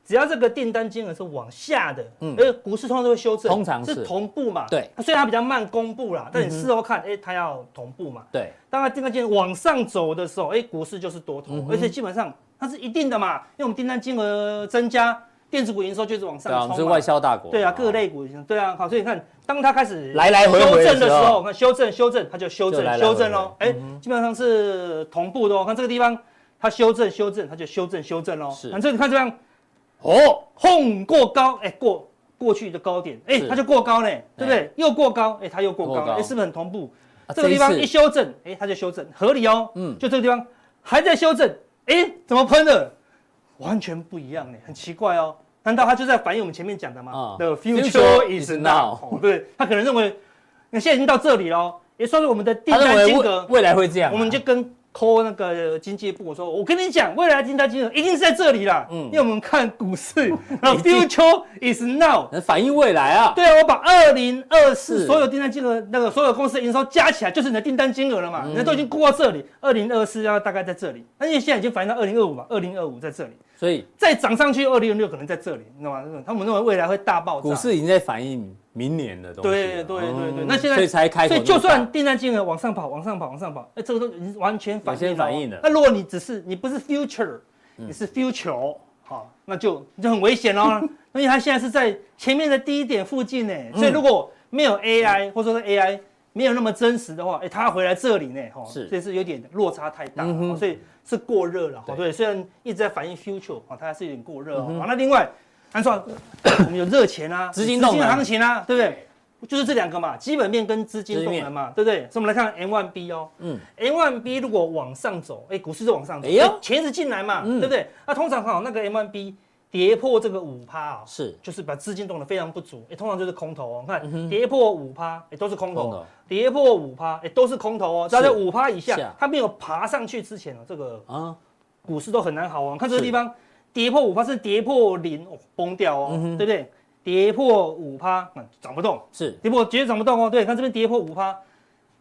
只要这个订单金额是往下的，嗯嗯，而股市通常都会修正，通常是同步嘛，对，嗯虽然它比较慢公布啦，但你事后看，哎，它要同步嘛，对，当它订单金额往上走的时候，哎，股市就是多头，嗯哼而且基本上它是一定的嘛，因为我们订单金额增加，电子股营收就是往上对啊，我们是冲嘛。外销大国，对啊，各类股型，对啊，好，所以你看，当它开始来来回回的修正的时时候候，我看修正修正，它就修就来来正回嗯修回正喽，哎，基本上是同步的哦。看这个地方，它修正修正，它就修正修正喽。是反正你看这样，哦，轰过高，哎，过过去的高点，哎是，它就过高嘞，对不对？又过高，哎，它又过过高，高哎，是不是很同步？啊这个地方一一次修正，哎，它就修正，合理哦。嗯嗯，就这个地方还在修正，哎，怎么喷了？完全不一样呢，很奇怪哦。难道它就在反映我们前面讲的啊吗？The future future is is now now 哦。对，他可能认为，那现在已经到这里喽，也算是我们的订他认单为金未额，未来会这样啊，我们就跟 call 那个经济部说，我跟你讲，未来的订单金额一定是在这里啦。嗯嗯，因为我们看股市，The future is now。能反映未来啊，对啊，我把二零二是四所有订单金额那个所有公司的营收加起来，就是你的订单金额了嘛？人家都已经过到这里，二零二四要大概在这里，那因为现在已经反映到二零二五嘛，二零二五在这里，所以再涨上去二零六可能在这里，你知道吗？他们认为未来会大爆炸。股市已经在反映明年的东西了，对对对对，嗯那现所以在。才开口那所以么大，就算订单金额往上跑，往上跑，往上跑，哎，这个都已经完全反有映些了。反映嗯了那如果你只是你不是 future，你是 future，好，那就就很危险 喽。因为它现在是在前面的低点附近呢，嗯所以如果没有 AI 或者说 AI 没有那么真实的话，哎，它回来这里呢，哈，是这是有点落差太大了，嗯哼哦所以是过热了。对嗯对，虽然一直在反映 future，啊，它还是有点过热哦。好那另外，按算 我们有热钱啊，资金有动能行情啊，对不对？就是这两个嘛，基本面跟资金动能嘛，对不对？所以我们来看 M 1 B 哦，嗯嗯，M 1 B 如果往上走，哎，股市就往上走，哎呦哎，钱一直进来嘛，嗯对不对？那通常哈，那个 M 1 B 跌破这个五趴哦，是就是把资金动能非常不足，哎，通常就是空头哦，你看跌破五趴，哎，都是空嗯空头头，跌破五趴，哎，都是空头哦，只要在五趴以下下，它没有爬上去之前哦，这个啊，股市都很难好玩。看这个是地方跌破五趴是跌破零，哦，崩掉嗯哦，对不对？跌破五趴，嗯涨不动。是跌破绝对涨不动哦。对，看这边跌破五趴，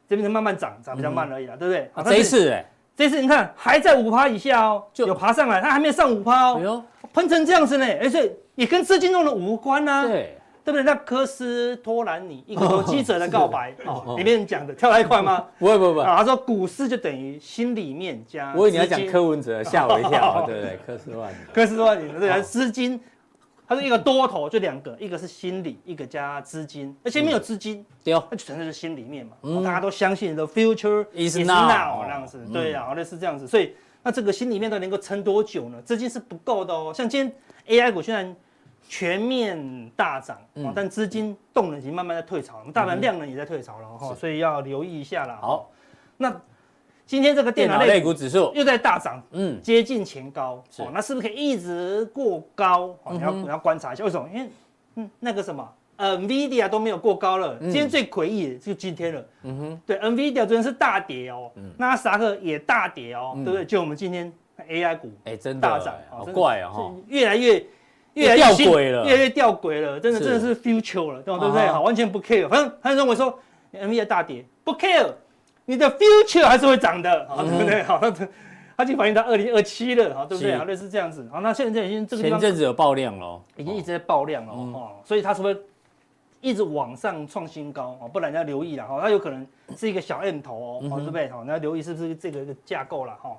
这边是慢慢涨，涨比较慢而已啦，对不对？啊好这一，次哎，但是这一次你看还在五趴以下哦，就有爬上来，它还没有上五趴哎哦，呦，喷成这样子呢，而且也跟资金弄的无关呐、啊，对，对不对？那科斯托兰尼一个投机者的告白哦，里面讲的跳太快吗？不会不会不会，啊，他说股市就等于心里面加哦我以为你要讲资金柯文哲，吓我一跳 啊，对不对？柯斯万里，科斯托兰尼对好啊，资金。它是一个多头，就两个，一个是心理，一个加资金，而且没有资金，丢，那就存在是心里面嘛，大家都相信 the future 嗯 Is is now 嗯 now 那样子，对呀、类似这样子，所以那这个心里面到底能够撑多久呢？资金是不够的哦。像今天 AI 股虽然全面大涨，嗯哦但资金动能已经慢慢在退潮了，我们大盘量能也在退潮了哈、哦，所以要留意一下啦。好，那今天这个电电脑脑类类股股指数，又在大涨，嗯，接近前高，是哦，那是不是可以一直过高？哦，你要、你要观察一下，为什么？因为嗯，那个什么，呃，NVIDIA 都没有过高了，今天最诡异的就今天了，嗯哼，对，NVIDIA 昨天是大跌哦，纳斯达克也大跌哦，对不对？就我们今天 AI 股哎，真的大涨哎，哦好真的怪啊哈，是越来越。越越来越吊新诡了越来越吊诡了，真的是真的是 future 了，对吧？对不对？啊哈好，完全不 care，反正他认为说 NVIDIA 大跌不 care，你的 future 还是会涨的，嗯好，对不对？好，他他已经反映到二零二七了，好，对不对？是好，类似这样子，好，那现在已经这个地前嗯方阵子有爆量喽，哦已经一直在爆量了，哦，所以它是不是一直往上创新高哦，不然你要留意了哈，它有可能是一个小 M 头哦，嗯哦对不对？哦，你要留意是不是这个一个架构了哈。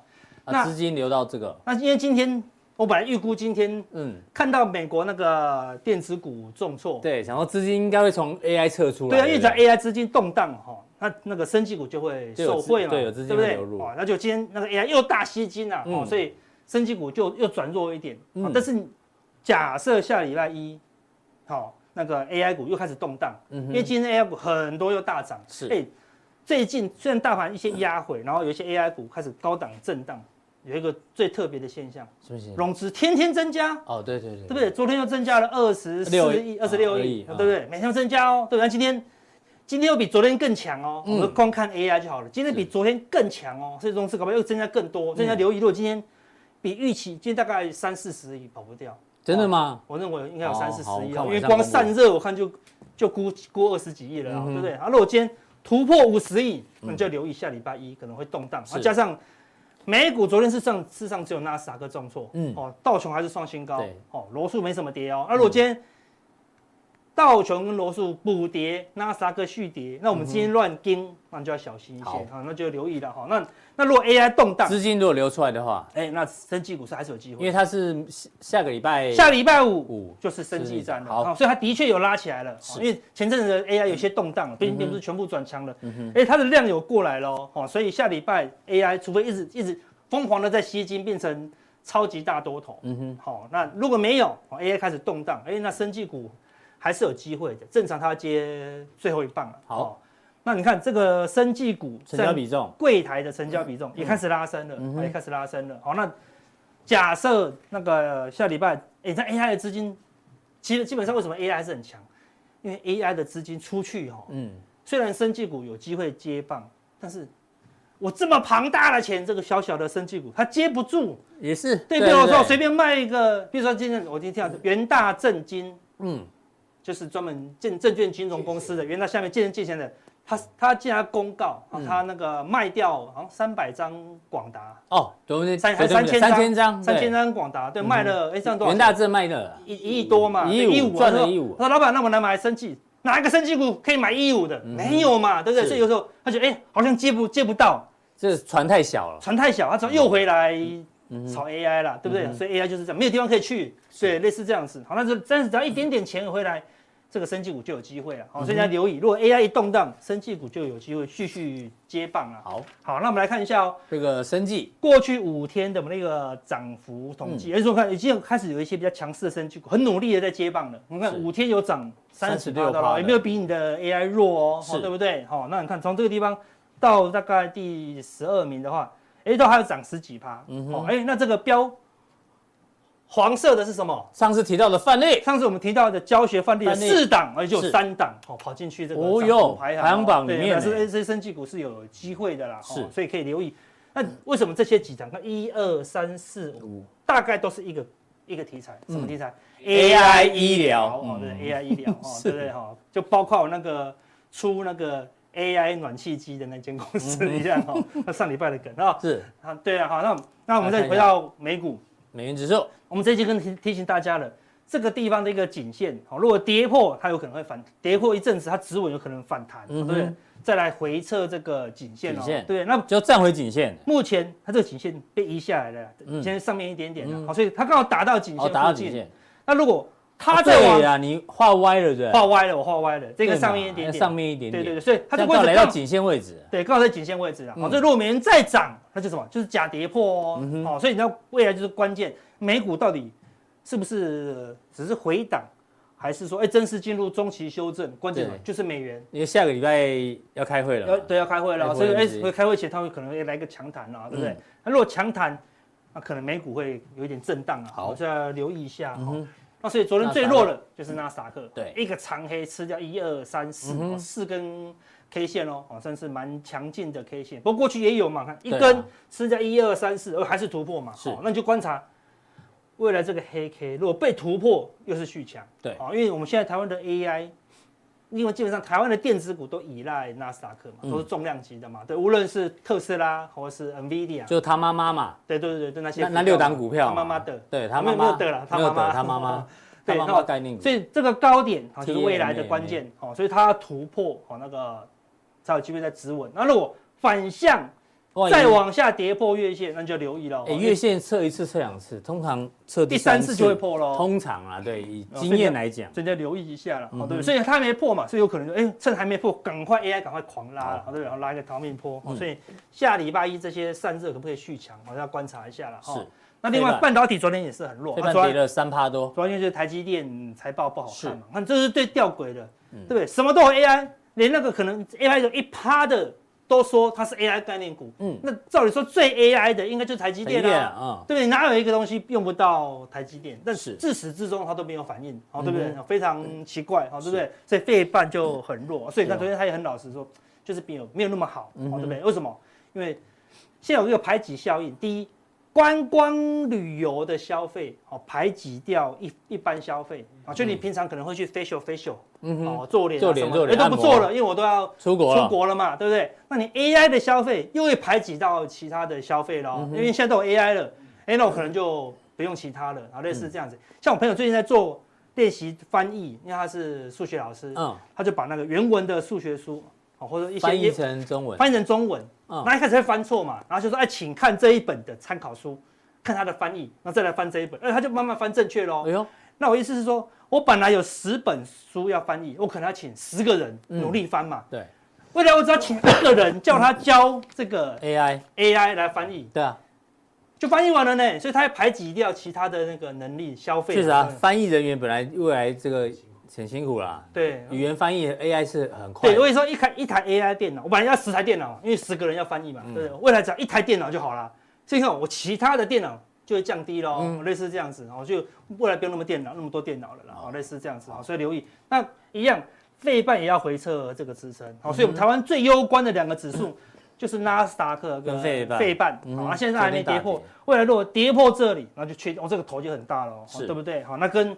啊，那资金流到这个，那因为今天我本来预估今天嗯，看到美国那个电子股重挫，对，想说资金应该会从 AI 撤出来，哦对啊，因为不只要 AI 资金动荡哈，那那个生技股就会就有受资惠嘛，对有资金不会对？流入哦，那就今天那个 AI 又大吸金啊，哦，嗯所以生技股就又转弱一点。哦嗯但是假设下礼拜一，好，那个 AI 股又开始动荡，嗯因为哼，今天 AI 股很多又大涨，是哎，最近虽然大盘一些压回，然后有一些 AI 股开始高档震荡，有一个最特别的现象，是不是？融资天天增加。哦，对对对，对不对？昨天又增加了二十四六亿、二十六亿，啊对不对？每天都增加哦，对不对？那今天今天又比昨天更强哦，我嗯们光看 AI 就好了。今天比是昨天更强哦，所以融资搞不好又增加更多，所以要留意。如果今天比预期，今天大概三四十亿跑不掉，真的吗？我认为应该有哦三四十好亿我看哦，因晚为上光公布散热我看就就估估二十几亿了啊，嗯哼嗯对不对？啊，如果今天突破五十亿，那你就留意下礼拜一可能会动荡，啊是加上。美股昨天是上，事实上只有纳斯达克重挫，嗯嗯，哦，道琼还是创新高对，嗯哦，罗素没什么跌哦。那如果今天道琼跟罗素补跌，纳斯达克续跌，那我们今天乱盯，那你就要小心一些，嗯好好，那就留意了哈。那那如果 AI 动荡，资金如果流出来的话，哎，那升技股是还是有机因为会。它是下下个礼拜下礼拜五五，就是生技战了，好好、所以它的确有拉起来了，哦因为前阵子的 AI 有些动荡嗯了，毕竟并不是全部转强了，哎、它的量有过来喽，哦，所以下礼拜 AI 除非一直一直疯狂的在吸金，变成超级大多头，嗯哼，好、那如果没有、哦、AI 开始动荡，哎、那生技股还是有机会的，正常它接最后一棒了，哦好那你看这个生技股成交比重，柜台的成交比重也开始拉升了，嗯哦哼也开始拉升了。好，那假设那个下礼拜，哎、那 AI 的资金，其实基本上为什么 AI 还是很强？因为 AI 的资金出去哈、哦，嗯，虽然生技股有机会接棒，但是我这么庞大的钱，这个小小的生技股它接不住。也是，对，比如说我随，便卖一个，比如说今天我今天听到元大证金，嗯，就是专门证证券金融公司的，原来下面借借钱的，他他竟然公告，啊嗯他那个卖掉好像三百张广达，哦，对不对？三对对三千三千张，三对嗯千张广达，对，卖了，哎，这样多少元钱？大正卖的，一一亿多嘛，一亿五对赚了我说一亿五我说老板，那我来买生技，哪一个生技股可以买一亿五的？没有嘛，对不对？嗯是所以有时候他觉得哎，好像接不接不到，这船太小了，船太小，他只好又回来嗯哼，炒 AI 啦，对不对？所以 AI 就是这样，没有地方可以去，对，类似这样子。好，那就但是只要一点点钱回来，这个生技股就有机会嗯了。好，所以大家留意，如果 AI 一动荡，生技股就有机会继续接棒了。好，好，那我们来看一下哦，这个生计，过去五天的我们那个涨幅统嗯计，也就是说看已经有开始有一些比较强势的生技股，很努力的在接棒了。我们看是五天有涨三十36%六了，的有没有比你的 AI 弱哦？是哦对不对？好、那你看从这个地方到大概第十二名的话，哎，都还有涨十几趴。嗯哼哦，哎，那这个标黄色的是什么？上次提到的范例，上次我们提到的教学范例有范例四档，而且有是三档哦跑进去这个哦涨哟幅排行排行榜里对面表示呢哎这生技股是有机会的啦，哦是所以可以留意。那为什么这些几档，那一二三四五，大概都是一个一个题材，什么题材 AI 医疗哦，对嗯，AI 医疗， 哦，对不对哈？就包括那个出那个 AI 暖气机的那间公司一样哦，那上礼拜的梗啊，是啊，对啊，好，那那我们来看再一回下到美股，美元指数，我们这一期跟提提醒大家了，这个地方的一个颈线，好，如果跌破，它有可能会反跌破一阵子，它止稳有可能反弹，嗯对哼不对？再来回测这个颈线哦颈线，对，那就站回颈线，目前它这个颈线被移下来了，嗯现在上面一点点嗯了，好，所以它刚好打到颈哦，线达到附颈近。线，那如果它啊再对往啦，你画歪了，对不对，画歪了，我画歪了，这这个上面一点点，上面一点对点，对对，所以它这这样个刚好位置来到刚颈线位置，对，刚好在颈线位置啊。好，嗯所以如果美元再涨，那就是什么？就是假跌破哦。好，所以你知道未来就是关键，美股到底是不是只是回档，还是说哎正式进入中期修正？关键对就是美元因为下个礼拜要开会了要嘛，对要开会开了，会所以哎日会开会前它会可能会来个强弹啊，对不对嗯？那如果强弹，那可能美股会有一点震荡啊，好所以要留意一下嗯哈。哼，那所以昨天最弱的就是纳斯达克，对一个长黑吃掉一二三四嗯哼哦四根 K 线哦，哦，算是蛮强劲的 K 线。不过过去也有嘛，看一对啊根吃掉一二三四，呃，还是突破嘛，是哦，那你就观察未来这个黑 K 如果被突破，又是续强，对哦，因为我们现在台湾的 AI。因为基本上台湾的电子股都依赖纳斯达克嘛，嗯都是重量级的嘛，对，无论是特斯拉或是 NVIDIA，就他妈妈嘛，对对对对，那些那股那票六嘛档股票嘛，啊他妈妈的对他妈没有没妈有的啦他没有妈妈他妈妈，大 对麻那花概念股所。以这个高点好就是未来的关键哦，所以它要突破哦那个才有机会再止稳。那如果反向万一再往下跌破月线，那就留意了。哦哎，月线测一次、测两次，通常测第三三次就会破喽，通常啊，对，以哦经验来讲，所以再留意一下了，嗯哦哼对不对？所以它还没破嘛，所以有可能就哎趁还没破，赶快 AI 赶快狂拉好了，好对不对？然后拉一个逃命坡，哦哦嗯所以下礼拜一这些散热可不可以续强，好像要观察一下了哈是。那另飞外半半导体昨天也是很弱，这哦啊半昨跌天了三趴多，主要因为就是台积电财报不好看嘛，看这是最吊诡的，嗯对不对？什么都有 AI，连那个可能 AI 有一趴的都说它是 AI 概念股，嗯，那照理说最 AI 的应该就是台积台电积啦、电啊，对不对？哪有一个东西用不到台积电？但是是自始至终它都没有反应，哦好、对不对嗯？非常奇怪，哦好、对不对？所以费半就很弱，所以你看对昨啊天他也很老实说，就是没有没有那么好，好、哦嗯哼对不对？为什么？因为现在有一个排挤效应，第一。观光旅游的消费，哦，排挤掉一一般消费，啊，就你平常可能会去 facial facial，嗯哼，哦，做脸啊做脸什么的做脸哎都不按摩做了，因为我都要出国出了，国了嘛，对不对？那你 AI 的消费又会排挤到其他的消费嗯咯，因为现在都有 AI 了，哎，那我可能就不用其他了，然后类嗯似这样子。像我朋友最近在做练习翻译，因为他是数学老师，嗯，他就把那个原文的数学书，哦，或者一些翻译成中文，翻译成中文，嗯那一开始会翻错嘛，然后就说，哎，请看这一本的参考书，看它的翻译，然后再来翻这一本，哎，他就慢慢翻正确喽哎。呦，那我意思是说，我本来有十本书要翻译，我可能要请十个人努力翻嘛。嗯对未来我只要请一个人，叫他教这个，AI， AI 来翻译，对啊，就翻译完了呢。所以他还排挤掉其他的那个能力消费。确实啊，翻译人员本来未来这个很辛苦啦，对语言翻译 AI 是很快哦对，的，所以说一台一台 AI 电脑，我本来要十台电脑，因为十个人要翻译嘛，嗯对不对，未来只要一台电脑就好啦。所以看我其他的电脑就会降低喽，嗯类似这样子，哦，就未来不用那么电脑那么多电脑了啦，哦，类似这样子，哦，所以留意。那一样，费半也要回撤这个支撑，嗯好，所以我们台湾最攸关的两个指 数。就是纳斯达克跟跟费半费半，嗯好，啊现在还没跌破昨天大跌，未来如果跌破这里，那就确定，哦，这个头就很大了，哦是对不对？好，那跟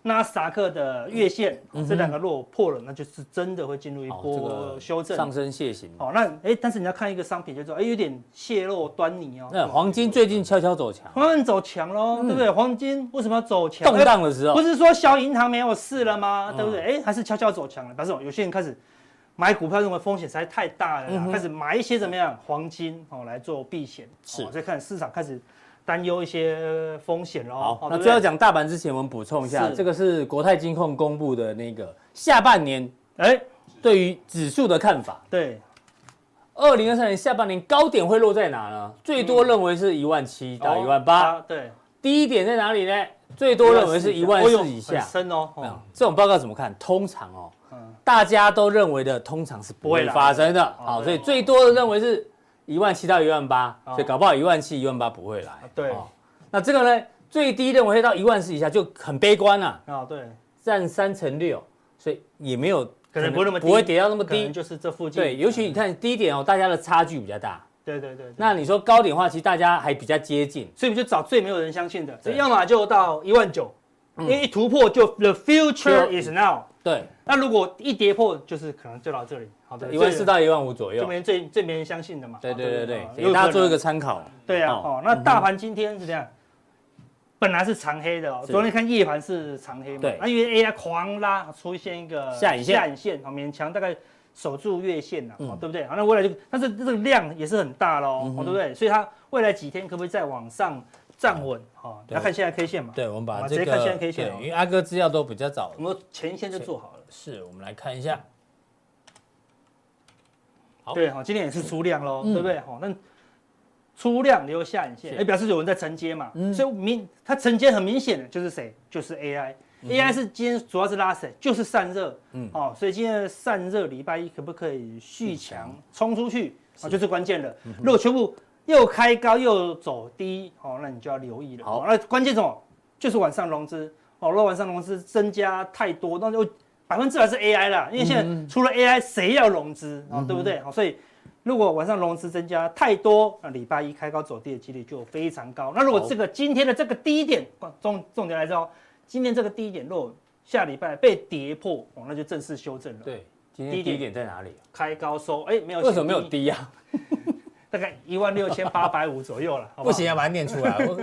纳斯达克的月线嗯哼这两个如果破了，那就是真的会进入一哦这波个修正。上升楔形。好，那哎，但是你要看一个商品，就说哎，有点泄露端倪哦。那黄金最近悄悄走强，黄金走强喽，对不对？黄金为什么要走强？动荡的时哎不候，是说小银行没有事了吗？嗯对不对？哎，还是悄悄走强了。但是有些人开始买股票，认为风险实在太大了嗯啦，哼开始买一些怎么样黄金哦来做避险。是哦所以看市场开始担忧一些风险喽。好哦，那对不最对后讲大阪之前，我们补充一下，是这个是国泰金控公布的那个下半年哎，对于指数的看法。对，二零二三年下半年高点会落在哪呢？最多认为是一万七到一万八，哦，对，低点在哪里呢？最多认为是一万四以哎呦下很。深哦。没有哦这种报告怎么看？通常哦，嗯大家都认为的通常是不会不会啦哦发生的。好，对所以最多的认为是一万七到一万八，哦啊所以搞不好一万七、一万八不会来。对哦，那这个呢，最低认为会到一万四以下就很悲观了，啊，对，占三成六，所以也没有可能不会那么低不会跌到那么可能低。就是这附近。对，尤其你看低点哦，大家的差距比较大。对对对对那你说高点的话，其实大家还比较接近。所以我们就找最没有人相信的，对嗯要么就到一万九，因为一突破就 the future 就 is now。对，那如果一跌破，就是可能就到这里，好的，一万四最到一万五左就右没。人最最没人相信的嘛。对好对对好对，有给大可家能做一个参考。对啊，哦哦，那大盘今天是这样，本来是长黑的哦，是昨天看夜盘是长黑嘛，对那因为 AI 狂拉出现一个下影线下影线，哦，勉强大概守住月线了，嗯哦，对不对？好，那未来就，但是这个量也是很大喽，哦，对不对？所以它未来几天可不可以再往上站稳？哦，对要看现在 K 线嘛，对，我们我把们这直接个看现在 K 线对哦因为阿哥资料都比较早我，们前一天就做好了。是我们来看一下。好对，好，今天也是出量喽，嗯对不对？好，那出量留下影线，是哎，表示有人在承接嘛，嗯所以明它承接很明显的就是谁，就是 AI。AI 是今天主要是拉谁，就是散热，嗯哦，所以今天的散热礼拜一可不可以续强强嗯冲出去啊，就是关键了。如果全部又开高又走低，哦，那你就要留意了。好哦那关键什么？就是晚上融资，哦，如果晚上融资增加太多，那就百分之百是 AI 啦，因为现在嗯除了 AI 谁要融资啊、哦对不对？好，所以如果晚上融资增加太多，那礼拜一开高走低的几率就非常高。那如果好这个今天的这个低点，重重点来着哦，今天这个低点如果下礼拜被跌破，哦，那就正式修正了。，对，今天低点低点在哪里？开高收，哎，没有，为什么没有？低啊呀？大概一万六千八百五左右了，好不好啊行，啊，把它念出来，我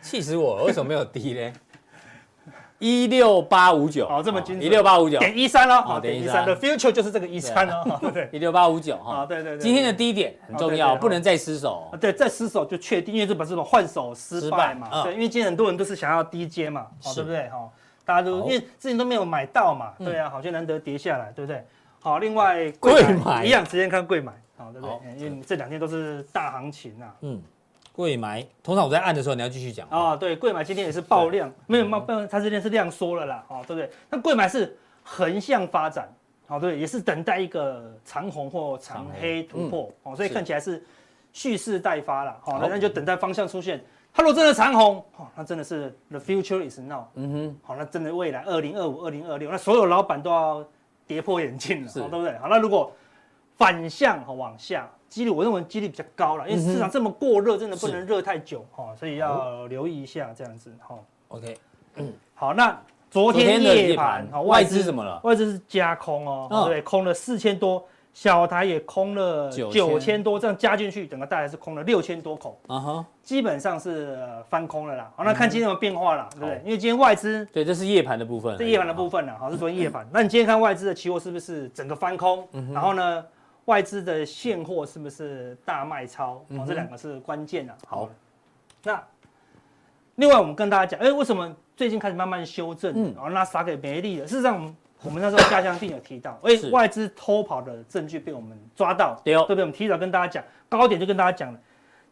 气死我了！为什么没有低呢？一六八五九，哦哦好这么精准一六八五九，点一三了，好好，点一哦点13三的 future 就是这个一三了，哈对 不对？一六八五九啊，哈。对对对，今天的对低点很哦重对要，对不能再失手哦啊，。对，再失手就确定，因为这本这种换手失败嘛失败嗯，对，因为今天很多人都是想要低阶嘛，好，是对不对？哈，大家都好嗯因为之前都没有买到嘛，对啊，好，就难得跌下来，对不对？好，另外贵买一样时间看贵买，好，对不好对？因为你这两天都是大行情啊，嗯，贵买，通常我在按的时候你要继续讲。啊，对，贵买今天也是爆量，没有嘛，不然它这边是量缩了啦，哦，对不对？那贵买是横向发展，好、哦对，也是等待一个长红或长黑突破，哦，所嗯以是看起来是蓄势待发啦，好、好那那就等待方向出现。它如果真的长红，哦，那真的是 the future is now，嗯哼，好、那真的未来二零二五、二零二六，那所有老板都要跌破眼镜了，是好、对不对？好，那如果反向好往下，几率我认为几率比较高了，因为嗯市场这么过热，真的不能热太久哦，所以要留意一下这样子哦。 ，OK。好，那昨昨天天的夜夜盘盘，哦，外资怎么了？外资是加空哦，嗯对，空了四千多，小台也空了九千9000多，这样加进去，整个大台是空了六千多口，啊哈，基本上是呃翻空了啦。好，那看今天有没有变化啦，对不对？因为今天外资对，这是夜盘的部分。啊这夜盘的部分。分啊呢，好是昨天夜盘。那你今天看外资的期货是不是整个翻空？嗯然后呢，外资的现货是不是大卖超？嗯哦哼，这两个是关键啊。好，那另外我们跟大家讲，哎，为什么最近开始慢慢修正？嗯嗯，然后纳斯达克也没力了。事实上，我们我们那时候下乡定有提到，哎是，外资偷跑的证据被我们抓到，对哦对不对？我们提早跟大家讲，高点就跟大家讲了。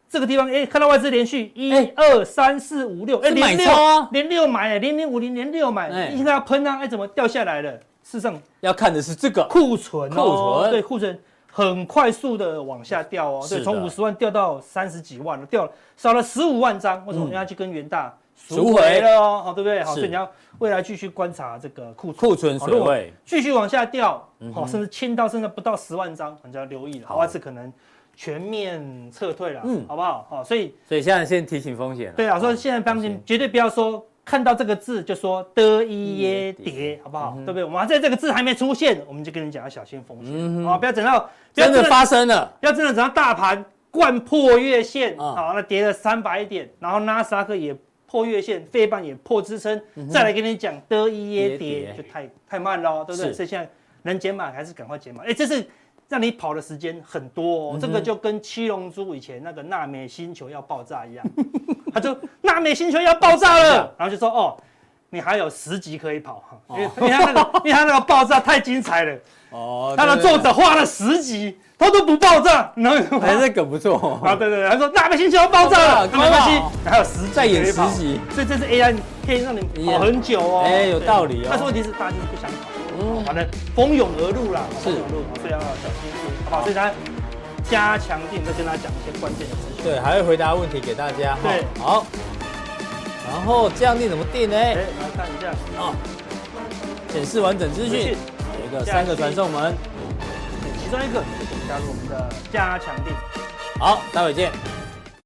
这个地方，哎，看到外资连续一哎二三四五六，哎，是买连六超啊连六买，零零五零连六哎买，你现在要喷啊，哎，怎么掉下来了？事实上，要看的是这个。库存库哦，存对库存很快速的往下掉哦，是对，的从五十万掉到三十几万了，掉了少了十五万张，为什么？因为它去跟元大赎回了哦，好，对不对？好，是所以你要未来继续观察这个库存，库存好水哦如果位，继续往下掉，哼好，甚至清到甚至不到十万张，你就要留意了，好好，外资可能全面撤退了，嗯嗯，好不好？好，所以所以现在先提醒风险了。对啊，说现在当小前心绝对不要说看到这个字就说的一耶一耶跌，好不好？对不对？我们在这个字还没出现，我们就跟你讲要小心风嗯险哼啊！不要等到不要真的真的发生了，不要真的等到大盘灌破月线，啊好，那跌了三百点，然后纳斯达克也破月线，费半也破支撑，再来跟你讲的一耶一耶嗯跌跌就太太慢了，对不对？是所以现在能减码还是赶快减码，哎，这是。让你跑的时间很多哦，这个就跟七龙珠以前那个纳美星球要爆炸一样， 他就纳美星球要爆炸哦了，然后就说哦，你还有十集可以跑，因为因为他那个因为他那个爆炸太精彩了，哦他的作者画了十集，他都不爆炸，然后哎，这梗不错。啊对对对，他说纳美星球要爆炸了，爆炸了没关系快跑，还有十集再演可以跑十集，所以这是 AI 可以让你跑很久哦，哎有道理哦对但是问题是大家就是不想跑，嗯反正蜂拥而入啦，是蜂拥而入，所以要小心注意，好不好？所以大家加强定，再跟他讲一些关键的资讯。对，还会回答问题给大家。哈对好。然后这样定怎么定呢？哎，来看一下啊，显示完整资资讯讯，，有一个三个传送门。其中一个就请加入我们的加强定。好，待会见。好。